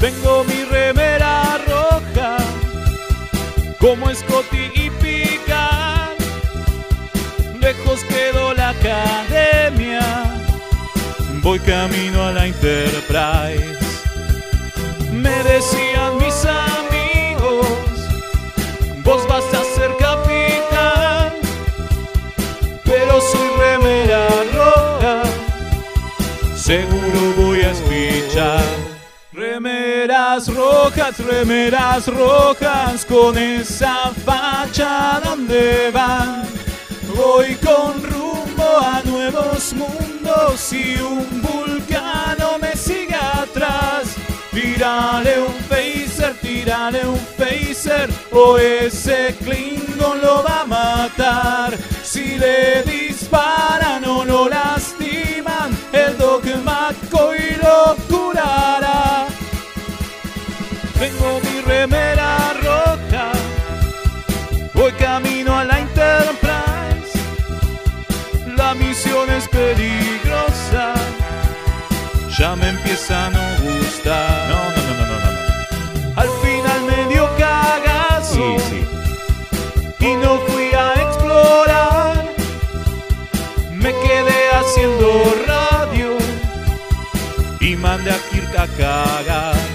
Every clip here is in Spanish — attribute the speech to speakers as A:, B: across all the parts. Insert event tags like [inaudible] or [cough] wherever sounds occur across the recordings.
A: Tengo mi remera roja, como Scotty y Pican. Lejos quedó la academia, voy camino a la Enterprise. Me decían mis amigos, vos vas a ser capitán, pero soy remera roja, seguro voy a espichar. Remeras rojas, remeras rojas, con esa facha donde van. Voy con rumbo a nuevos mundos y un vulcano me sigue atrás. Tírale un phaser, tírale un phaser, o ese Klingon lo va a matar. Si le disparan o lo lastiman, el dogma y lo curará. Tengo mi remera rota, voy camino a la Enterprise. La misión es peligrosa, ya me empieza a no gustar.
B: No, no, no, no, no, no.
A: Al final me dio cagazo
B: Sí, sí.
A: y no fui a explorar. Me quedé haciendo radio y mandé a Kirk a cagar.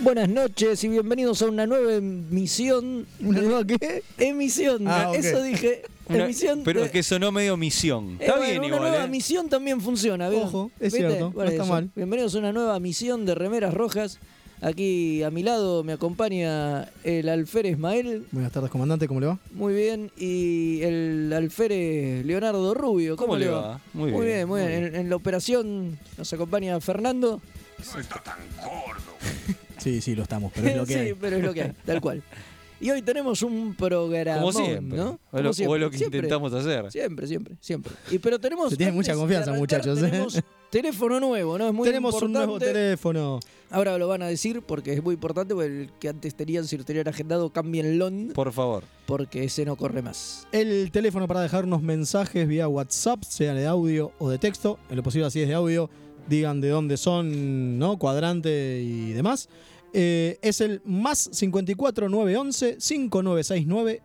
C: Buenas noches y bienvenidos a una nueva emisión. ¿Una nueva qué? Emisión.
D: Ah, ok.
C: Eso dije.
B: Una-
C: emisión.
B: pero
C: de-
B: es que sonó medio misión.
C: Eh,
B: Está
C: bueno,
B: bien
C: una
B: igual.
C: nueva
B: eh.
C: misión también funciona, ¿vieron?
D: Ojo, es
C: ¿Viste?
D: cierto,
C: Por
D: no está
C: eso.
D: mal.
C: Bienvenidos a una nueva misión de Remeras Rojas. Aquí a mi lado me acompaña el alférez Mael,
D: Buenas tardes, comandante, ¿cómo le va?
C: muy bien, y el alférez Leonardo Rubio. ¿Cómo, le va?
B: Muy
C: muy
B: bien,
C: bien, muy
B: muy
C: bien. En, en la operación nos acompaña Fernando.
D: Sí, [laughs] sí, lo estamos, pero
C: [laughs]
D: es lo que
C: sí,
D: hay.
C: pero es lo que hay, tal cual. Y hoy tenemos un programa.
B: Como siempre.
C: ¿no?
B: O, lo,
C: Como siempre,
B: o lo que
C: siempre.
B: intentamos hacer.
C: Siempre, siempre, siempre. Y pero tenemos.
D: Se tiene mucha
C: antes de
D: confianza,
C: arrancar,
D: muchachos, ¿eh?
C: Tenemos teléfono nuevo, ¿no? Es muy
D: Tenemos
C: importante.
D: un nuevo teléfono.
C: Ahora lo van a decir porque es muy importante, porque el que antes tenían, si lo tenían agendado, cámbienlo
B: Por favor.
C: porque ese no corre más.
D: El teléfono para dejarnos mensajes vía WhatsApp, sean de audio o de texto. En lo posible, así es de audio. Digan de dónde son, ¿no? Cuadrante y demás. Eh, es el más 54 911 5969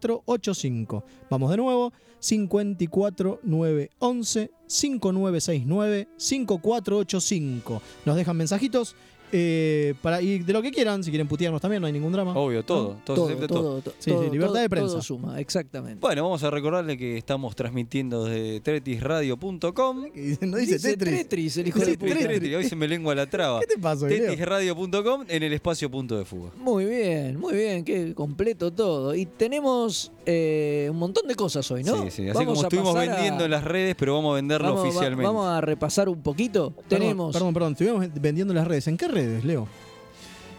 D: 5485. Vamos de nuevo. 54 911 5969 5485. Nos dejan mensajitos eh, para, y de lo que quieran. Si quieren putearnos también, no hay ningún drama. [laughs]
B: Obvio, todo. Todo,
C: todo,
B: siempre
C: todo,
B: todo.
C: to-
D: Sí, sí,
C: todo,
D: libertad
C: todo-
D: de prensa.
C: Todo suma, exactamente.
B: Bueno, vamos a recordarle que estamos transmitiendo desde tretisradio.com.
D: no dice, Tetris.
C: el hijo
D: Sí,
C: de puta.
D: Tetris.
B: Tretis, Hoy se me lengua la
C: [laughs]
B: traba.
D: ¿Qué te pasa, Guileo?
B: Tretisradio.com en el espacio punto de fuga.
C: Muy bien, muy bien, que completo todo. Y tenemos eh, un montón de cosas hoy, ¿no?
B: Sí, sí. Así
C: Vamos
B: como
C: a
B: estuvimos
C: pasar a-
B: vendiendo en las redes, pero vamos a venderlo
C: vamos, va-
B: oficialmente.
C: Vamos a repasar un poquito.
D: Perdón,
C: Tenemos.
D: Perdón, perdón, estuvimos vendiendo las redes. ¿En qué redes, Leo?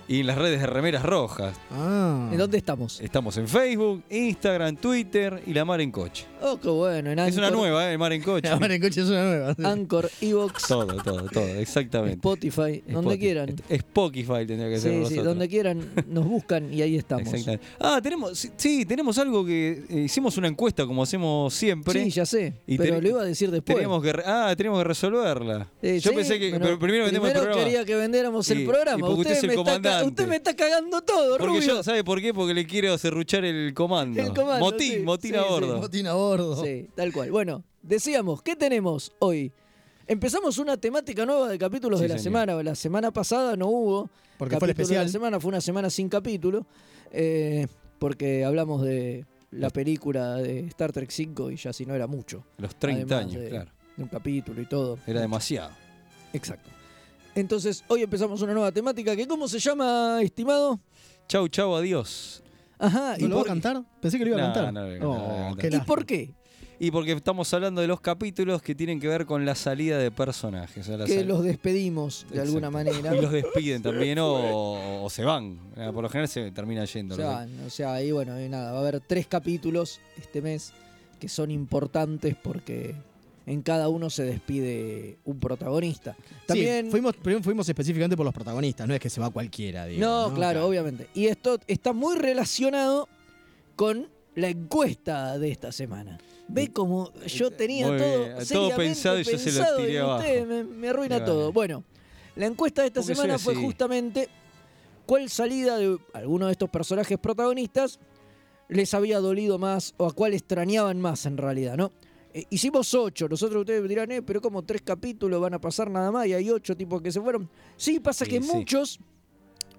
B: Y en las redes de remeras rojas.
D: Ah.
C: ¿En dónde estamos?
B: Estamos en Facebook, Instagram, Twitter y la mar en coche.
C: Oh, qué bueno. En Anchor,
B: Es una nueva, ¿eh? El mar en
D: [laughs]
B: coche.
D: Ahora en coche es una
C: [laughs]
D: nueva.
C: Anchor, Evox,
B: todo, todo,
C: [laughs]
B: todo. Exactamente.
C: Spotify, donde
B: Spotify.
C: quieran.
B: Spotify tendría que ser
C: Sí, sí,
B: nosotros.
C: donde quieran nos buscan y ahí estamos.
B: Exactamente. Ah, tenemos, sí, sí, tenemos algo que eh, hicimos una encuesta como hacemos siempre.
C: Sí, ya sé,
B: Y
C: pero
B: ten-
C: lo iba a decir después.
B: Tenemos que re- ah, tenemos que resolverla.
C: Eh,
B: Yo
C: sí,
B: pensé que
C: bueno,
B: pero primero vendemos el programa.
C: quería que vendiéramos
B: Y-
C: el
B: y
C: programa.
B: porque usted es el
C: me está, ca-
B: comandante.
C: usted me está cagando todo,
B: Porque
C: Rubio.
B: yo, ¿sabe por qué? Porque le quiero serruchar el comando.
C: El comando,
B: motín,
C: sí,
B: motín
C: sí,
B: a
C: sí.
B: bordo.
D: Botín a bordo.
C: Sí, tal cual. Bueno, decíamos, ¿qué tenemos hoy? Empezamos una temática nueva de capítulos
B: Sí,
C: de la
B: señor.
C: semana. La semana pasada no hubo.
D: Porque
C: capítulo
D: fue el
C: de
D: especial.
C: La semana fue una semana sin capítulo. eh, porque hablamos de la película de Star Trek 5 y ya si no era mucho.
B: Los 30
C: Además
B: años,
C: de-
B: claro.
C: De un capítulo y todo.
B: Era demasiado.
C: Exacto. Entonces, hoy empezamos una nueva temática que, ¿cómo se llama, estimado?
B: Chau, chau, adiós.
C: Ajá,
D: ¿No
C: ¿y
D: lo va a
C: por,
D: cantar? Pensé que lo iba a
B: No,
D: cantar.
B: no lo voy a cantar, no lo voy
D: Oh,
B: a cantar.
D: qué
C: ¿y
D: lástima.
C: por qué?
B: Y porque estamos hablando de los capítulos que tienen que ver con la salida de personajes. a la
C: Que
B: sal-
C: los despedimos de alguna
B: Exacto.
C: manera.
B: Y los
C: [laughs]
B: despiden también o, o se van. Eh, Por lo general se termina yendo.
C: Se van, o sea, ahí bueno, y nada, va a haber tres capítulos este mes que son importantes porque en cada uno se despide un protagonista.
D: Sí,
C: También.
D: fuimos, primero fuimos específicamente por los protagonistas, no es que se va cualquiera, digo.
C: no, claro, obviamente. Y esto está muy relacionado con la encuesta de esta semana. Ve como yo tenía
B: eh, Muy
C: todo,
B: bien, todo
C: seriamente
B: pensado y yo se lo
C: pensado
B: tiré
C: y
B: abajo.
C: usted me, me arruina
B: Y bueno.
C: todo. Bueno, la encuesta de esta
B: Porque soy
C: semana fue
B: así.
C: justamente cuál salida de alguno de estos personajes protagonistas les había dolido más o a cuál extrañaban más en realidad, ¿no? Eh, hicimos ocho, nosotros ustedes me dirán, eh, pero como tres capítulos van a pasar nada más y hay ocho tipos que se fueron. Sí, pasa
B: Sí,
C: que
B: sí.
C: muchos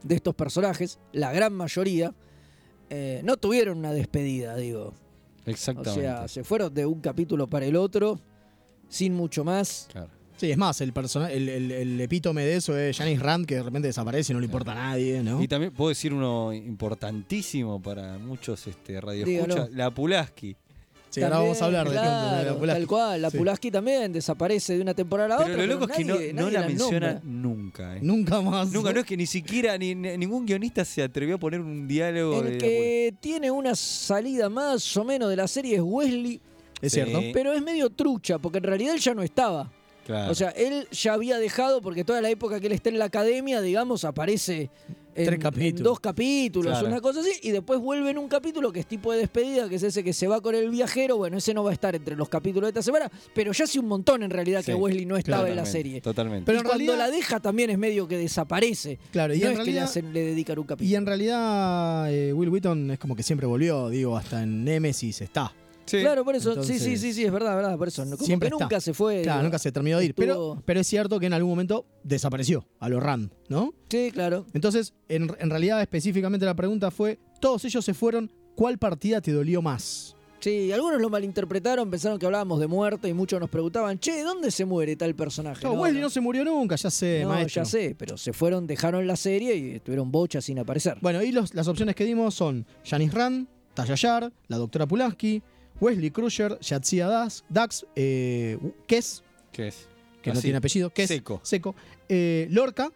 C: de estos personajes, la gran mayoría, eh, no tuvieron una despedida, digo. O
B: Exactamente.
C: sea, se fueron de un capítulo para el otro, sin mucho más.
B: Claro.
D: Sí, es más, el, persona- el, el- el epítome de eso es Janice Rand, que de repente desaparece y no le importa a nadie, ¿no?
B: Y también puedo decir uno importantísimo para muchos este, radioescuchas,
C: Dígalo.
B: la Pulaski.
D: Sí, ahora vamos a hablar de
C: También,
D: pronto, de la
C: claro,
D: Pulaski.
C: Tal cual, la
D: Sí.
C: Pulaski también desaparece de una temporada a
B: Pero
C: otra.
B: lo loco es que
C: nadie-
B: no, no
C: nadie
B: la menciona
C: nombra.
B: nunca. eh.
D: Nunca más.
B: Nunca, no es que ni siquiera ni, ni- ningún guionista se atrevió a poner un diálogo de
C: El
B: la
C: que tiene una salida más o menos de la serie es Wesley,
D: Es
B: Sí.
D: cierto.
C: pero es medio trucha, porque en realidad él ya no estaba.
B: Pulaski. Claro.
C: O sea, él ya había dejado, porque toda la época que él está en la academia, digamos, aparece en,
D: Tres capítulos.
C: en dos capítulos,
B: Claro.
C: una cosa así, y después vuelve en un capítulo que es tipo de despedida, que es ese que se va con el viajero. Bueno, ese no va a estar entre los capítulos de esta semana, pero ya hace un montón en realidad que
B: Sí,
C: Wesley no estaba en la
B: Totalmente,
C: serie.
B: Totalmente.
D: Pero
C: y
D: en
C: cuando
D: realidad-
C: la deja también es medio que desaparece.
D: Claro, y
C: no
D: en
C: es que le,
D: realidad-
C: hacen, le dedican un capítulo.
D: Y en realidad, eh, Will Wheaton es como que siempre volvió, digo, hasta en Nemesis está.
B: Sí.
C: Claro, por eso, sí, sí,
D: Entonces-
C: sí, sí, es verdad, verdad, por eso. no- Como
D: Siempre
C: que
D: está.
C: nunca se fue.
D: Claro,
C: digo.
D: nunca se terminó de ir. Pero,
C: estuvo-
D: pero es cierto que en algún momento desapareció a los Rand, ¿no?
C: Sí, claro.
D: Entonces, en, en realidad, específicamente la pregunta fue: todos ellos se fueron, ¿cuál partida te dolió más?
C: Sí, algunos lo malinterpretaron, pensaron que hablábamos de muerte y muchos nos preguntaban, che, ¿dónde se muere tal personaje?
D: No, Wesley no. se murió nunca, ya sé,
C: No,
D: maestro.
C: ya sé, pero se fueron, dejaron la serie y estuvieron bochas sin aparecer.
D: Bueno, y los- las opciones que dimos son Janice Rand, Tasha Yar, la doctora Pulaski, Wesley Crusher, Yatsia Das- Dax, eh, Kess,
B: ¿Qué es?
D: que no
B: Así.
D: tiene apellido, Kess,
B: Seco.
D: Seco eh, Lorca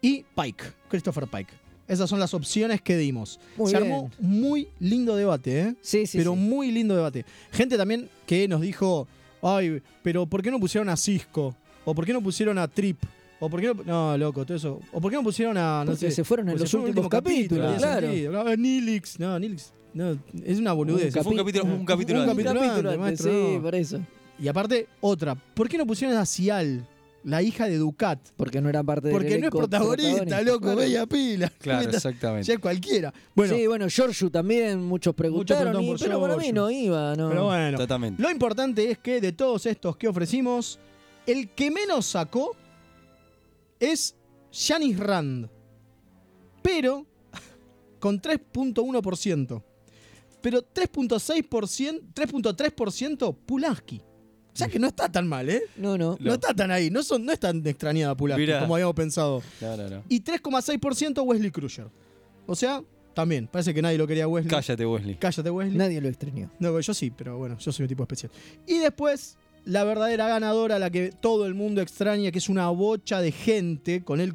D: y Pike, Christopher Pike. Esas son las opciones que dimos.
C: Muy
D: Se
C: bien.
D: armó muy lindo debate, ¿eh?
C: Sí, sí,
D: pero
C: sí.
D: muy lindo debate. Gente también que nos dijo, ay, pero ¿por qué no pusieron a Cisco? ¿O por qué no pusieron a Trip? ¿O por qué no... No, loco, todo eso. ¿O por qué no pusieron a... No
C: Porque
D: sé,
C: se fueron en
D: porque
C: los
D: se fue el
C: últimos
D: último capítulo,
C: capítulos,
D: no
C: claro.
D: tiene sentido. No, Nilix, no, Nilix. No, es una boludez.
B: Fue un
C: capi-
B: capítulo, un capítulo
D: un
B: antes.
D: capítulo antes, maestro,
C: sí,
D: no.
C: por eso.
D: Y aparte, otra. ¿Por qué no pusieron a Cial, la hija de Ducat?
C: Porque no eran parte
D: Porque
C: del
D: no es
C: elenco
D: protagonista, loco,
C: Claro.
D: bella pila.
B: Claro,
D: Neta,
B: exactamente.
D: ya es cualquiera. Bueno,
C: sí, bueno, Giorgio también, muchos preguntaron,
D: preguntaron
C: y-
D: por
C: pero para mí
D: Giorgio.
C: no iba, no.
D: pero bueno.
B: Totalmente.
D: Lo importante es que de todos estos que ofrecimos, el que menos sacó es Janis Rand. Pero [laughs] con 3.1%. Pero 3.6%, 3.3% Pulaski. O sea que no está tan mal, ¿eh?
C: No, no.
D: No,
B: No.
D: está tan ahí, no, son, no es tan extrañada Pulaski
B: Mirá.
D: como habíamos pensado.
B: No, no, no.
D: Y 3.6% Wesley Crusher. O sea, también, parece que nadie lo quería a Wesley.
B: Cállate, Wesley.
D: Cállate, Wesley.
C: Nadie lo extrañó.
D: No, yo sí, pero bueno, yo soy un tipo especial. Y después, la verdadera ganadora, la que todo el mundo extraña, que es una bocha de gente, con el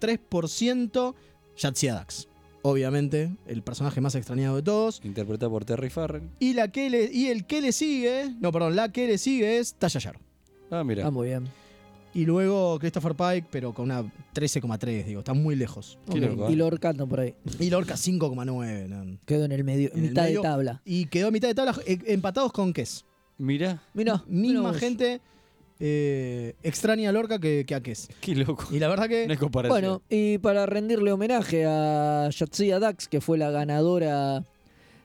D: 45,3%, Yatsia Dax. Obviamente, el personaje más extrañado de todos.
B: Interpretado por Terry Farren.
D: Y, la que le, y el que le sigue, no, perdón, la que le sigue es Tasha Yar.
B: Ah, mira.
C: Ah, muy bien.
D: Y luego Christopher Pike, pero con una 13,3, digo, está muy lejos.
B: Qué
C: Ok,
B: loco, ¿eh?
C: Y lo orcando por ahí.
D: Y Lorca 5,9. no.
C: Quedó en el medio,
D: En el
C: mitad de
D: medio.
C: tabla.
D: Y quedó a mitad de tabla, eh, empatados con Kess.
B: Mira.
C: Mirá, mirá
D: misma
C: vos.
D: gente eh, extraña a Lorca que, que a Kess.
B: Qué loco.
D: Y la verdad que.
B: No hay comparación.
C: Bueno, y para rendirle homenaje a Yatsia Dax, que fue la ganadora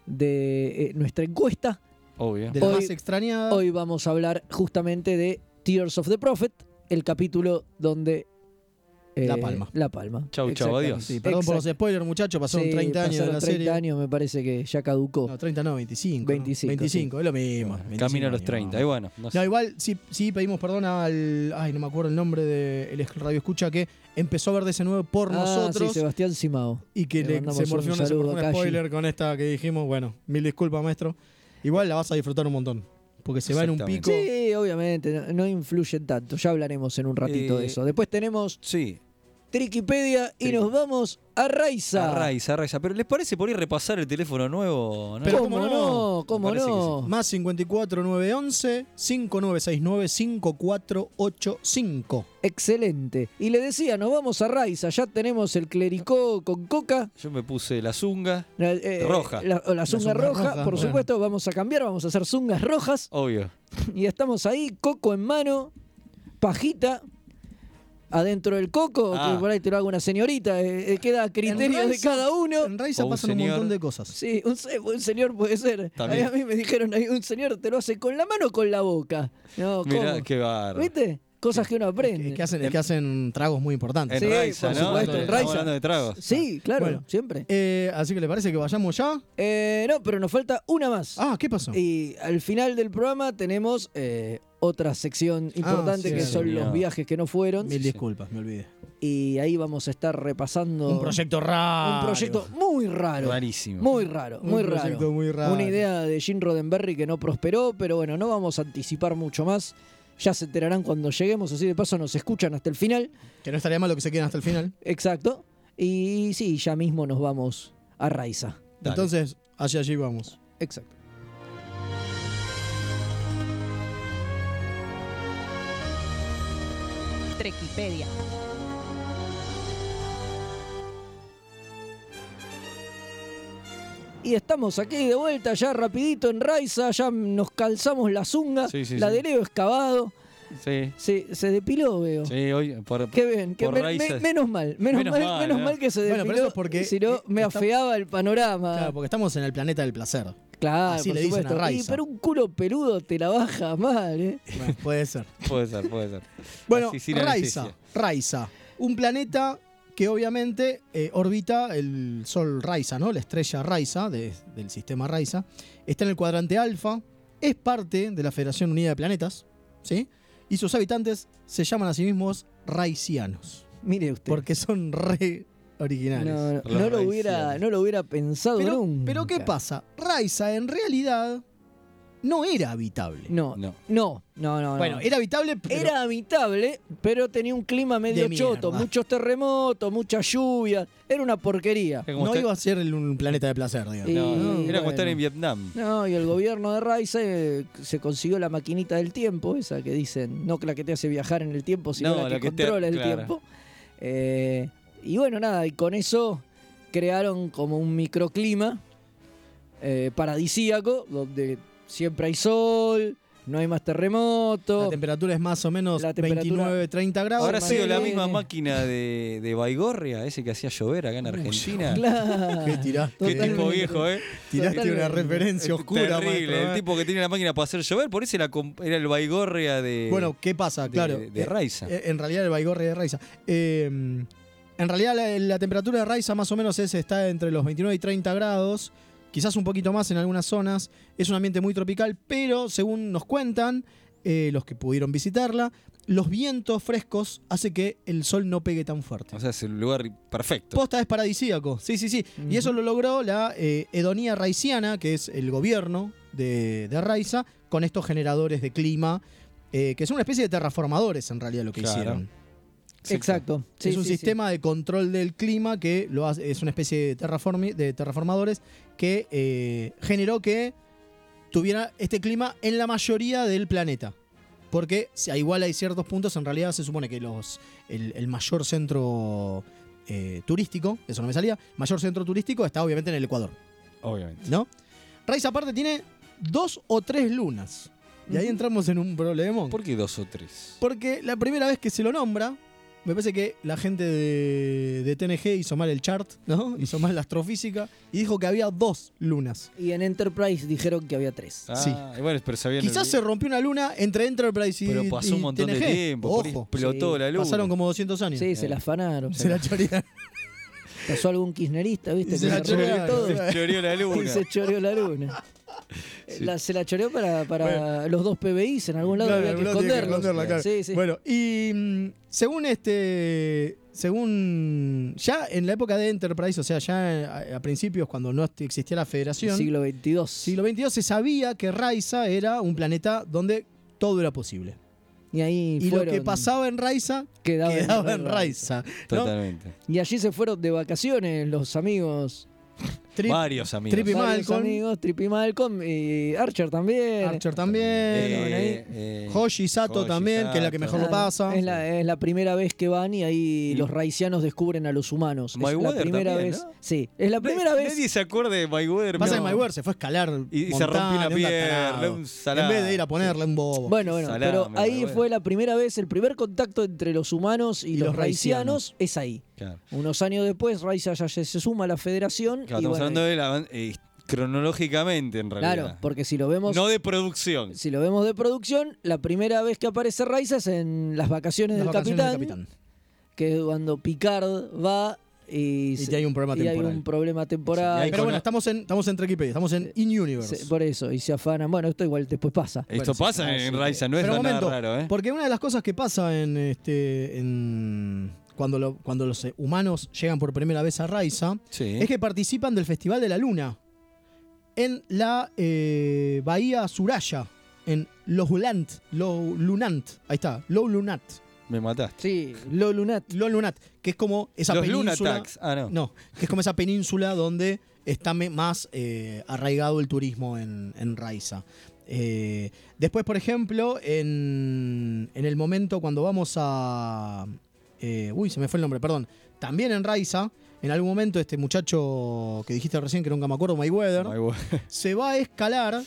C: de eh, nuestra encuesta,
B: Obvio.
D: De la
C: Hoy-
D: más extrañada.
C: hoy vamos a hablar justamente de Tears of the Prophet, el capítulo donde... eh,
D: La Palma.
C: La Palma.
B: Chau, chau,
C: Exactamente.
B: adiós.
D: Sí, perdón por los
C: Exacto.
D: spoilers, muchachos. Pasaron
C: Sí,
D: 30 años de
C: pasaron
D: la
C: 30
D: serie.
C: años me parece que ya caducó.
D: No, 30 no, 25. ¿no?
C: 25,
D: 25, es lo mismo. 25
B: Camino a los
D: años,
B: 30.
D: no.
B: Y bueno, no sé.
D: No, igual sí, sí pedimos perdón al. Ay, no me acuerdo el nombre del radio escucha que empezó a ver de ese nuevo por
C: Ah,
D: nosotros
C: sí, Sebastián Simao.
D: y que
C: le
D: le,
C: mandamos
D: se
C: un
D: morfió un, se
C: saludo
D: morfió un
C: a Calle.
D: spoiler con esta que dijimos. Bueno, mil disculpas, maestro. Igual la vas a disfrutar un montón. Porque se va en un
B: Exactamente.
D: pico.
C: Sí, obviamente, no, no influyen tanto. Ya hablaremos en un ratito
B: Eh,
C: de eso. Después tenemos
B: Sí.
C: Triquipedia y nos vamos a Raiza.
B: Arraiza, Arraiza. Pero ¿les parece por ir repasar el teléfono nuevo? no?
D: Pero
C: ¿Cómo,
D: cómo
C: no?
D: no?
C: ¿Cómo
B: Me parece
C: no?
D: Más 54 911 5969 5485.
C: Excelente. Y le decía, nos vamos a Raiza. Ya tenemos el clericó con coca.
B: Yo me puse la zunga,
C: La, eh,
B: Roja.
C: La, o la zunga
D: zunga
C: roja,
D: roja,
C: por
D: bueno.
C: supuesto, vamos a cambiar, vamos a hacer zungas rojas.
B: obvio.
C: Y estamos ahí, coco en mano, pajita, adentro del coco,
B: Ah.
C: que por ahí te lo hago una señorita, eh, eh, queda a criterio de
D: Raiza-
C: cada uno.
D: En Raiza
B: O un
D: pasan un
B: señor.
D: montón de cosas.
C: Sí, un, se- un señor puede ser.
B: También.
C: A mí me dijeron, ahí, un señor te lo hace con la mano o con la boca. No, ¿cómo?
B: Mirá, qué barro.
C: ¿Viste? Cosas que uno aprende.
D: Que, que hacen, que hacen tragos muy importantes.
B: En
C: Sí,
B: Raiza,
C: por
B: ¿no?
C: supuesto, en
B: Estamos
C: Raiza.
B: hablando de tragos.
C: Sí, claro,
D: Ah, Bueno.
C: siempre.
D: Eh, así que le parece que vayamos ya.
C: Eh, no, pero nos falta una más.
D: Ah, ¿qué pasó?
C: Y al final del programa tenemos eh, otra sección importante
D: Ah, sí,
C: que
D: sí,
C: son
B: señor.
C: los viajes que no fueron.
D: Mil disculpas, me olvidé.
C: Y ahí vamos a estar repasando
D: Un proyecto raro.
C: Oh. un proyecto muy raro.
B: Rarísimo.
C: Muy raro,
D: Un
C: muy
D: proyecto
C: raro.
D: muy raro.
C: Una idea de Jim Roddenberry que no prosperó, pero bueno, no vamos a anticipar mucho más. Ya se enterarán cuando lleguemos, así de paso nos escuchan hasta el final.
D: Que no estaría mal lo que se queden hasta el final.
C: Exacto. Y sí, ya mismo nos vamos a Raiza.
B: Dale.
D: Entonces, hacia allí vamos.
C: Exacto.
E: Trequipedia.
C: Y estamos aquí de vuelta ya rapidito en Raiza, ya nos calzamos la zunga,
B: Sí, sí,
C: la
B: sí.
C: de Leo excavado,
B: Sí,
C: se, se depiló veo.
B: sí, hoy. Por,
C: Qué bien, que
B: Por
C: me-
B: Raiza.
C: me- menos mal, menos,
B: Menos
C: mal,
B: mal, ¿eh?
C: menos
B: ¿no?
C: mal que se
D: Bueno,
C: depiló,
D: pero eso es porque,
C: si no
D: eh,
C: me
D: está-
C: afeaba el panorama.
D: Claro,
C: Claro,
D: porque estamos en el planeta del placer. así
C: por
D: le dicen a
C: supuesto. Y,
D: Raiza.
C: pero un culo peludo te la baja mal, ¿eh?
D: [laughs] Bueno, puede ser.
B: Puede ser, puede ser.
D: Bueno,
B: Así, sin
D: Raiza,
B: anestesia.
D: Raiza. Un planeta que obviamente eh, orbita el Sol Raiza, ¿no? La estrella Raiza de- del sistema Raiza. Está en el cuadrante alfa, es parte de la Federación Unida de Planetas, ¿sí? Y sus habitantes se llaman a sí mismos Raicianos,
C: Mire usted.
D: porque son re originales.
C: no, no,
B: Los
C: no lo
B: Raicianos.
C: hubiera, no lo hubiera pensado
D: pero,
C: nunca.
D: pero ¿qué pasa? Raiza en realidad no era habitable.
C: No, no,
B: No.
C: no, no. no.
D: Bueno, era habitable, pero
C: Era habitable, pero tenía un clima medio
D: De
C: choto,
D: mierda.
C: muchos terremotos, mucha lluvia, era una porquería.
B: Era como
D: no
B: estar-
D: iba a ser el- un planeta de placer, digamos.
C: Y-
B: no, era
C: bueno.
B: como estar en Vietnam.
C: No, y el gobierno de Raiza eh, se consiguió la maquinita del tiempo, esa que dicen, no la que te hace viajar en el tiempo, sino
B: No,
C: la que
B: la que te-
C: controla el
B: claro.
C: tiempo. Eh, y bueno, nada, y con eso crearon como un microclima eh, paradisíaco, donde siempre hay sol, no hay más
D: La
C: terremotos.
D: temperatura es más o menos
C: La temperatura-
D: 29, 30 grados.
B: Habrá
C: Madre
B: sido la
C: mía.
B: misma máquina de, de Baigorria, ese que hacía llover acá en Argentina.
C: [laughs]
D: Que
C: Claro.
D: tiraste,
B: Qué tipo
C: Totalmente.
B: viejo, ¿eh?
D: tiraste una
C: Totalmente.
D: referencia oscura,
B: Terrible.
D: maestro,
B: el
D: ¿eh?
B: tipo que tiene la máquina para hacer llover, por eso era, com- era el Baigorria de,
D: Bueno, ¿qué pasa?
B: de,
D: claro.
B: de
D: eh,
B: Raiza.
D: eh, en realidad el Baigorre de Raiza. Eh, en realidad la, la temperatura de Raiza más o menos es, está entre los 29 y 30 grados. Quizás un poquito más en algunas zonas. Es un ambiente muy tropical, pero según nos cuentan eh, los que pudieron visitarla, los vientos frescos hace que el sol no pegue tan fuerte.
B: o sea, es el lugar perfecto.
D: Posta es paradisíaco. Sí, sí, sí. Y eso lo logró la eh, hedonía raiciana, que es el gobierno de, de Raiza, con estos generadores de clima, eh, que son una especie de terraformadores en realidad lo que
B: Claro.
D: hicieron.
C: Exacto. Sí,
D: es un
C: sí, sí.
D: sistema de control del clima que lo hace- es una especie de, terraformi- de terraformadores que eh, generó que tuviera este clima en la mayoría del planeta. Porque si- igual hay ciertos puntos, en realidad se supone que los, el, el mayor centro eh, turístico, eso no me salía, mayor centro turístico está obviamente en el Ecuador,
B: Obviamente.
D: ¿no? Raiz aparte tiene dos o tres lunas. Y ahí
C: Ujú.
D: entramos en un problema.
B: ¿Por qué dos o tres?
D: Porque la primera vez que se lo nombra, me parece que la gente de, de TNG hizo mal el chart,
B: [laughs]
D: ¿no? Hizo mal la astrofísica y dijo que había dos lunas.
C: Y en Enterprise dijeron que había tres.
B: Ah,
D: Sí.
B: y bueno, pero sabían.
D: Quizás se rompió una luna entre Enterprise y
B: Pero pasó
D: y
B: un montón de
D: TNG.
B: tiempo. por ahí
D: Ojo,
B: explotó
C: Sí,
B: la luz.
D: pasaron
B: [laughs]
D: como 200 años.
C: Sí, se la afanaron.
D: Se la chorearon.
C: [laughs] Pasó algún kirchnerista, ¿viste? Que
D: Y [laughs] se la
C: se arregló
D: chorearon.
C: todo
B: Se choreó la
C: y
B: luna.
C: se choreó la luna.
D: [laughs]
C: La- se la choreó para, para los dos PBIs en algún lado.
D: Claro,
C: había
D: en
C: que
D: algún lado tiene que
C: esconderlos.
D: esconderla, claro.
C: Sí, sí.
D: Bueno, y mm, según este. Según. Ya en la época de Enterprise, o sea, ya a, a principios, cuando no existía la federación.
C: siglo XXII.
D: siglo XXII se sabía que Raiza era un planeta donde todo era posible.
C: Y ahí
D: Y lo
C: fueron,
D: que pasaba en Raiza
C: quedaba en
D: quedaba en
C: Raiza.
D: Raiza. ¿no?
B: Totalmente.
C: Y allí se fueron de vacaciones los amigos.
D: Trip-
B: Varios amigos.
D: Trippy
C: varios
D: Malcolm.
C: amigos, Trippy Malcolm y Archer también.
D: Archer también.
C: bueno, ahí.
B: eh,
D: Hoshi Sato
B: Hoshi
D: también, que es la que
B: Sato.
D: mejor lo pasa.
C: Ah, Es la, es la primera vez que van y ahí
B: Y-
C: los raicianos descubren a los humanos. Es la
B: Mayweather
C: primera
B: también,
C: vez.
B: ¿no?
C: Sí, es la primera
B: Nadie-
C: vez.
B: Nadie se acuerda de Mayweather.
D: Pasa
B: no.
D: que Mayweather se fue a escalar.
B: Y- y se
D: montaña,
B: rompió una
D: un
B: pierna,
D: tarado.
B: un salado.
D: En vez de ir a ponerle un bobo.
C: Bueno, bueno,
B: Salame,
C: pero ahí
B: Mayweather.
C: fue la primera vez, el primer contacto entre los humanos y,
D: Y
C: los,
D: los
C: raicianos es ahí.
B: Claro.
C: Unos años después, Raiza ya se se suma a la federación.
B: Claro,
C: y
B: estamos
C: bueno,
B: hablando de la, eh, cronológicamente, en realidad.
C: claro, porque si lo vemos.
B: No de producción.
C: Si lo vemos de producción, la primera vez que aparece Raiza es en las vacaciones,
D: Las
C: del,
D: vacaciones
C: capitán,
D: del capitán.
C: que es cuando Picard va y,
D: Y
C: se-
D: que hay un problema
C: y hay
D: temporal.
C: un problema
B: Sí, y
C: temporal.
B: hay
D: Pero
B: con-
D: bueno, estamos en, estamos en Trekipedia, estamos en In-Universe.
C: Se- por eso, y se afanan. Bueno, esto igual después pasa.
B: Esto
D: sí,
B: pasa
D: claro,
B: en
D: sí.
B: Raiza, no es
D: Pero un
B: nada
D: momento,
B: raro, ¿eh?
D: Porque una de las cosas que pasa en este. en- cuando, lo- cuando los eh, humanos llegan por primera vez a Raiza,
B: Sí.
D: es que participan del Festival de la Luna en la eh, bahía Suraya, en Lohulant, Lunant, ahí está, Lowlunat,
B: Me mataste.
C: Sí, lo lunat.
D: Lowlunat, que es como esa
B: Los
D: península,
B: Lunatax. Ah, no.
D: no, que es como esa península donde está me- más eh, arraigado el turismo en, en Raiza. Eh, después, por ejemplo, en, en el momento cuando vamos a... eh, uy, se me fue el nombre, perdón. También en Raiza, en algún momento este muchacho que dijiste recién, que nunca me acuerdo, Mayweather,
B: Mayweather.
D: se va a escalar,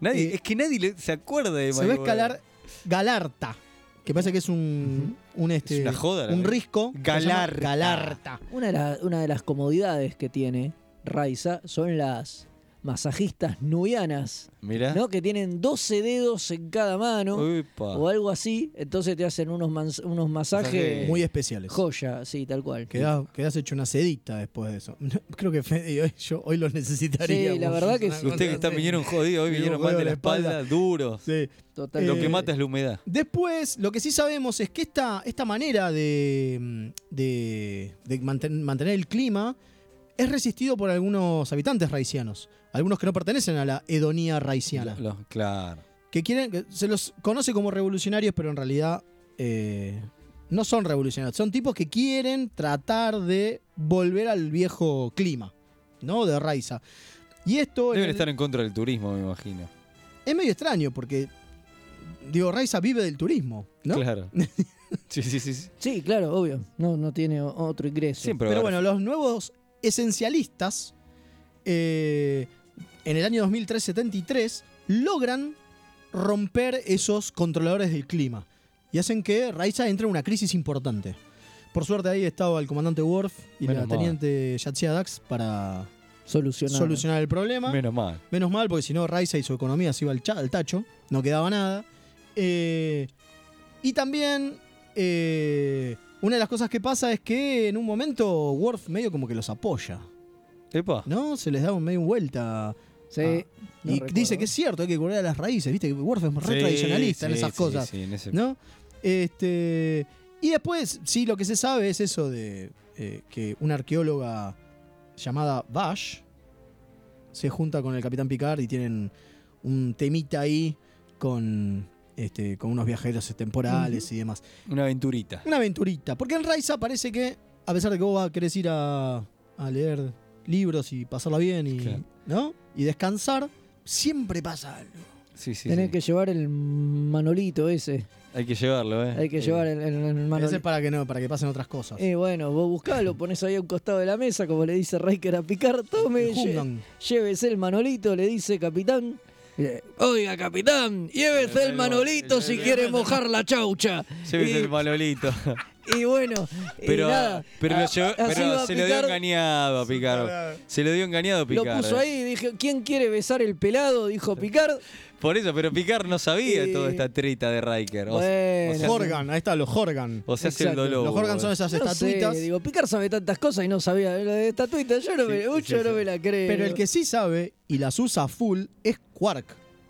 B: Nadie,
D: Eh,
B: es que nadie le- se acuerda de
D: se va a
B: Eh, Mayweather.
D: escalar Galarta, que parece que es un... un este,
B: Es una joda, la
D: Un
B: verdad.
D: risco. que se llama
B: Galarta.
D: Galarta.
C: Una de, la- una de las comodidades que tiene Raiza son las masajistas nubianas,
B: Mirá.
C: ¿no? Que tienen 12 dedos en cada mano
B: Upa.
C: o algo así. Entonces te hacen unos, mans- unos masajes
B: Masaje.
D: Muy especiales.
C: joya, sí, tal cual.
D: Quedás, quedás hecho una sedita después de eso. [laughs] Creo que Fede y hoy- yo hoy lo necesitaría.
C: Sí, la
D: vos.
C: verdad que
D: Una
C: sí.
D: cosa
B: Ustedes que están
D: así.
B: vinieron jodidos, hoy
D: Me
B: vinieron
D: jodido
B: mal de
D: la
B: la espalda,
D: espalda.
B: duros.
D: Sí.
C: Total.
B: Lo
D: Eh,
B: que mata es la humedad.
D: Después, lo que sí sabemos es que esta, esta manera de, mm, de, de manten- mantener el clima es resistido por algunos habitantes raicianos. Algunos que no pertenecen a la hedonía raiciana.
B: Los- claro.
D: Que quieren. que se los conoce como revolucionarios, pero en realidad. eh, no son revolucionarios. Son tipos que quieren tratar de volver al viejo clima. ¿No? De Raiza. Y esto. en
B: Deben
D: el-
B: estar en contra del turismo, me imagino.
D: Es medio extraño porque. Digo, Raiza vive del turismo, ¿no? [laughs]
B: Claro. sí, sí, sí. sí.
C: Sí, claro, obvio. No, no tiene o- otro ingreso.
B: Siempre va
D: Pero
B: a
D: bueno, los nuevos esencialistas. eh, en el año 2373. Logran romper esos controladores del clima. Y hacen que Raiza entre en una crisis importante. Por suerte ahí estaba el comandante Worf y
B: Menos
D: la
B: mal.
D: teniente Yatsia Dax para
C: Solucionado.
D: solucionar el problema.
B: haber-
D: Menos,
B: menos mal.
D: mal, porque si no, Raiza y su economía se iba al, cha- al tacho. No quedaba nada. Eh, y también eh, una de las cosas que pasa es que en un momento Worf medio como que los apoya.
B: Epa.
D: ¿No? Se les da un medio vuelta.
C: Sí.
D: Ah,
C: no
D: y
C: recuerdo.
D: dice que es cierto, hay que curar a las raíces, viste, que Worf es re
B: Sí,
D: tradicionalista en
B: sí,
D: esas
B: sí,
D: cosas.
B: sí, en ese-
D: ¿no? Este, y después, sí, lo que se sabe es eso de eh, que una arqueóloga llamada Bash se junta con el capitán Picard y tienen un temita ahí con, este, con unos viajeros temporales y demás.
B: Una aventurita.
D: Una aventurita, porque en Raiza parece que, a pesar de que vos vas- querés ir a, a leer libros y pasarla bien y,
B: Claro.
D: ¿no? y descansar, siempre pasa algo.
B: Sí, sí.
C: Tenés
B: sí.
C: que llevar el manolito ese.
B: Hay que llevarlo, ¿eh?
C: Hay que
B: Eh,
C: llevar el, el- el
D: A
C: manolito.
D: veces para que no, para que pasen otras cosas.
C: Eh, bueno, vos buscás, lo pones ahí a un costado de la mesa, como le dice Riker a Picard, tome, lle-
B: eh,
D: Jungan.
C: llévese el manolito, le dice capitán. Eh, Oiga, capitán, llévese el manolito si quiere mojar la chaucha.
B: Llévese
C: Y-
B: el malolito.
C: Y bueno, [laughs] y
B: Pero,
C: nada,
B: pero, lo
C: a-
B: llevó-
C: así
B: pero
C: va
B: se lo dio
C: Picard,
B: engañado a Picard. Se lo dio engañado a Picard.
C: Lo puso
B: ¿eh?
C: ahí, dije, ¿quién quiere besar el pelado? Dijo Picard.
B: Por eso, pero Picard no sabía
C: Eh,
B: toda esta treta de Riker. O,
C: bueno.
B: sea,
D: Jorgan, ahí está, los Jorgan.
B: o sea, hace el
C: Exacto.
B: dolor.
D: Los Jorgan son esas
C: No sé,
D: estatuitas.
C: digo, Picard sabe tantas cosas y no sabía lo de estatuitas. Yo no,
B: Sí,
C: me,
B: sí,
C: mucho
B: sí,
C: no
B: sí.
C: me la creo.
D: Pero el que sí sabe y las usa full es Quark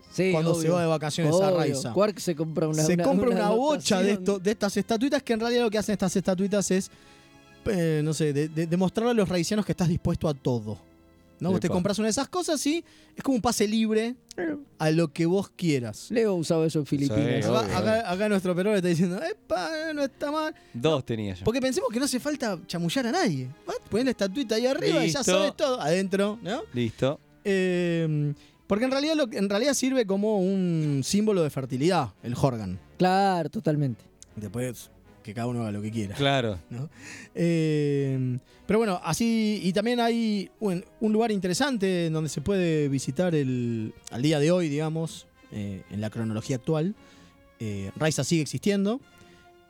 C: Sí,
D: cuando se
C: obvio.
D: va de vacaciones a
C: Obvio.
D: Raiza.
C: Quark se compra una
D: se compra una, bocha de,
C: dotación.
D: esto, de estas estatuitas que en realidad lo que hacen estas estatuitas es, eh, no sé, de- de- demostrarle a los raicianos que estás dispuesto a todo. ¿no? Vos te
B: Epa.
D: compras una de esas cosas y es como un pase libre a lo que vos quieras.
C: Leo usaba eso en Filipinas.
B: Sí,
D: Acá,
B: obvio.
D: acá- acá nuestro perro está diciendo, ¡epa! No está mal.
B: Dos tenía yo.
D: Porque pensemos que no hace falta chamullar a nadie. Vas, Ponés la estatuita ahí arriba y ya
B: Listo.
D: sabes todo adentro, ¿no?
B: Listo.
D: Eh, porque en realidad, lo, que- en realidad sirve como un símbolo de fertilidad, el Jorgan.
C: Claro, totalmente.
D: Después, que cada uno haga lo que quiera.
B: Claro.
D: Eh, pero bueno, así. Y también hay un, un lugar interesante en donde se puede visitar el, al día de hoy, digamos, eh, en la cronología actual. Eh, Raiza sigue existiendo.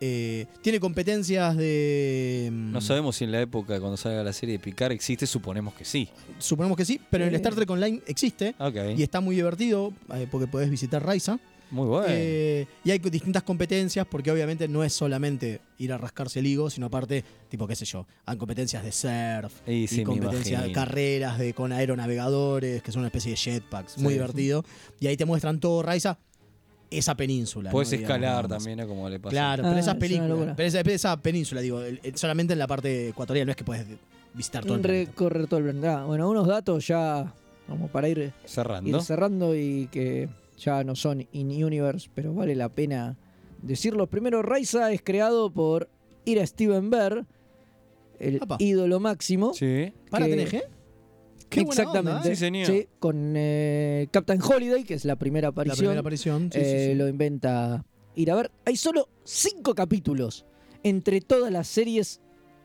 D: Eh, tiene competencias de. mm,
B: No sabemos si en la época cuando salga la serie de Picar existe, suponemos que sí.
D: Suponemos que sí, pero el Star Trek Online existe.
B: Ok.
D: Y está muy divertido eh, porque podés visitar Raiza.
B: Muy bueno.
D: Eh, y hay distintas competencias, porque obviamente no es solamente ir a rascarse el higo, sino aparte, tipo, qué sé yo, hay competencias de surf,
B: Y sí,
D: y
B: me
D: competencias,
B: imagino.
D: carreras de, con aeronavegadores, que son una especie de jetpacks, muy
B: Sí.
D: divertido. Y ahí te muestran todo, Raiza, esa península.
B: Puedes
D: ¿no? Digamos,
B: escalar
D: nada más.
B: también, ¿no? Como le pasa.
D: Claro,
C: Ah,
D: pero
C: es
D: esa
C: una
D: película,
C: locura.
D: pero esa, esa península, digo, el- el- solamente en la parte ecuatorial, no es que puedes visitar todo el planeta.
C: Recorrer todo el planeta. Ah, bueno, unos datos ya como para ir,
B: Cerrando.
C: ir cerrando y que ya no son in-universe, pero vale la pena decirlo. Primero, Raiza es creado por Ira Steven Bear, el
D: Apa.
C: ídolo máximo.
B: Sí.
D: ¿Para
C: que-
D: TNG? Qué buena
C: Exactamente.
D: onda, ¿eh?
B: Sí, señor.
C: Sí, con eh, Captain Holiday, que es la primera
D: ¿eh? La
C: aparición.
D: primera aparición. sí, sí,
C: eh,
D: sí.
C: Lo inventa ir a ver. Hay solo cinco capítulos entre todas las series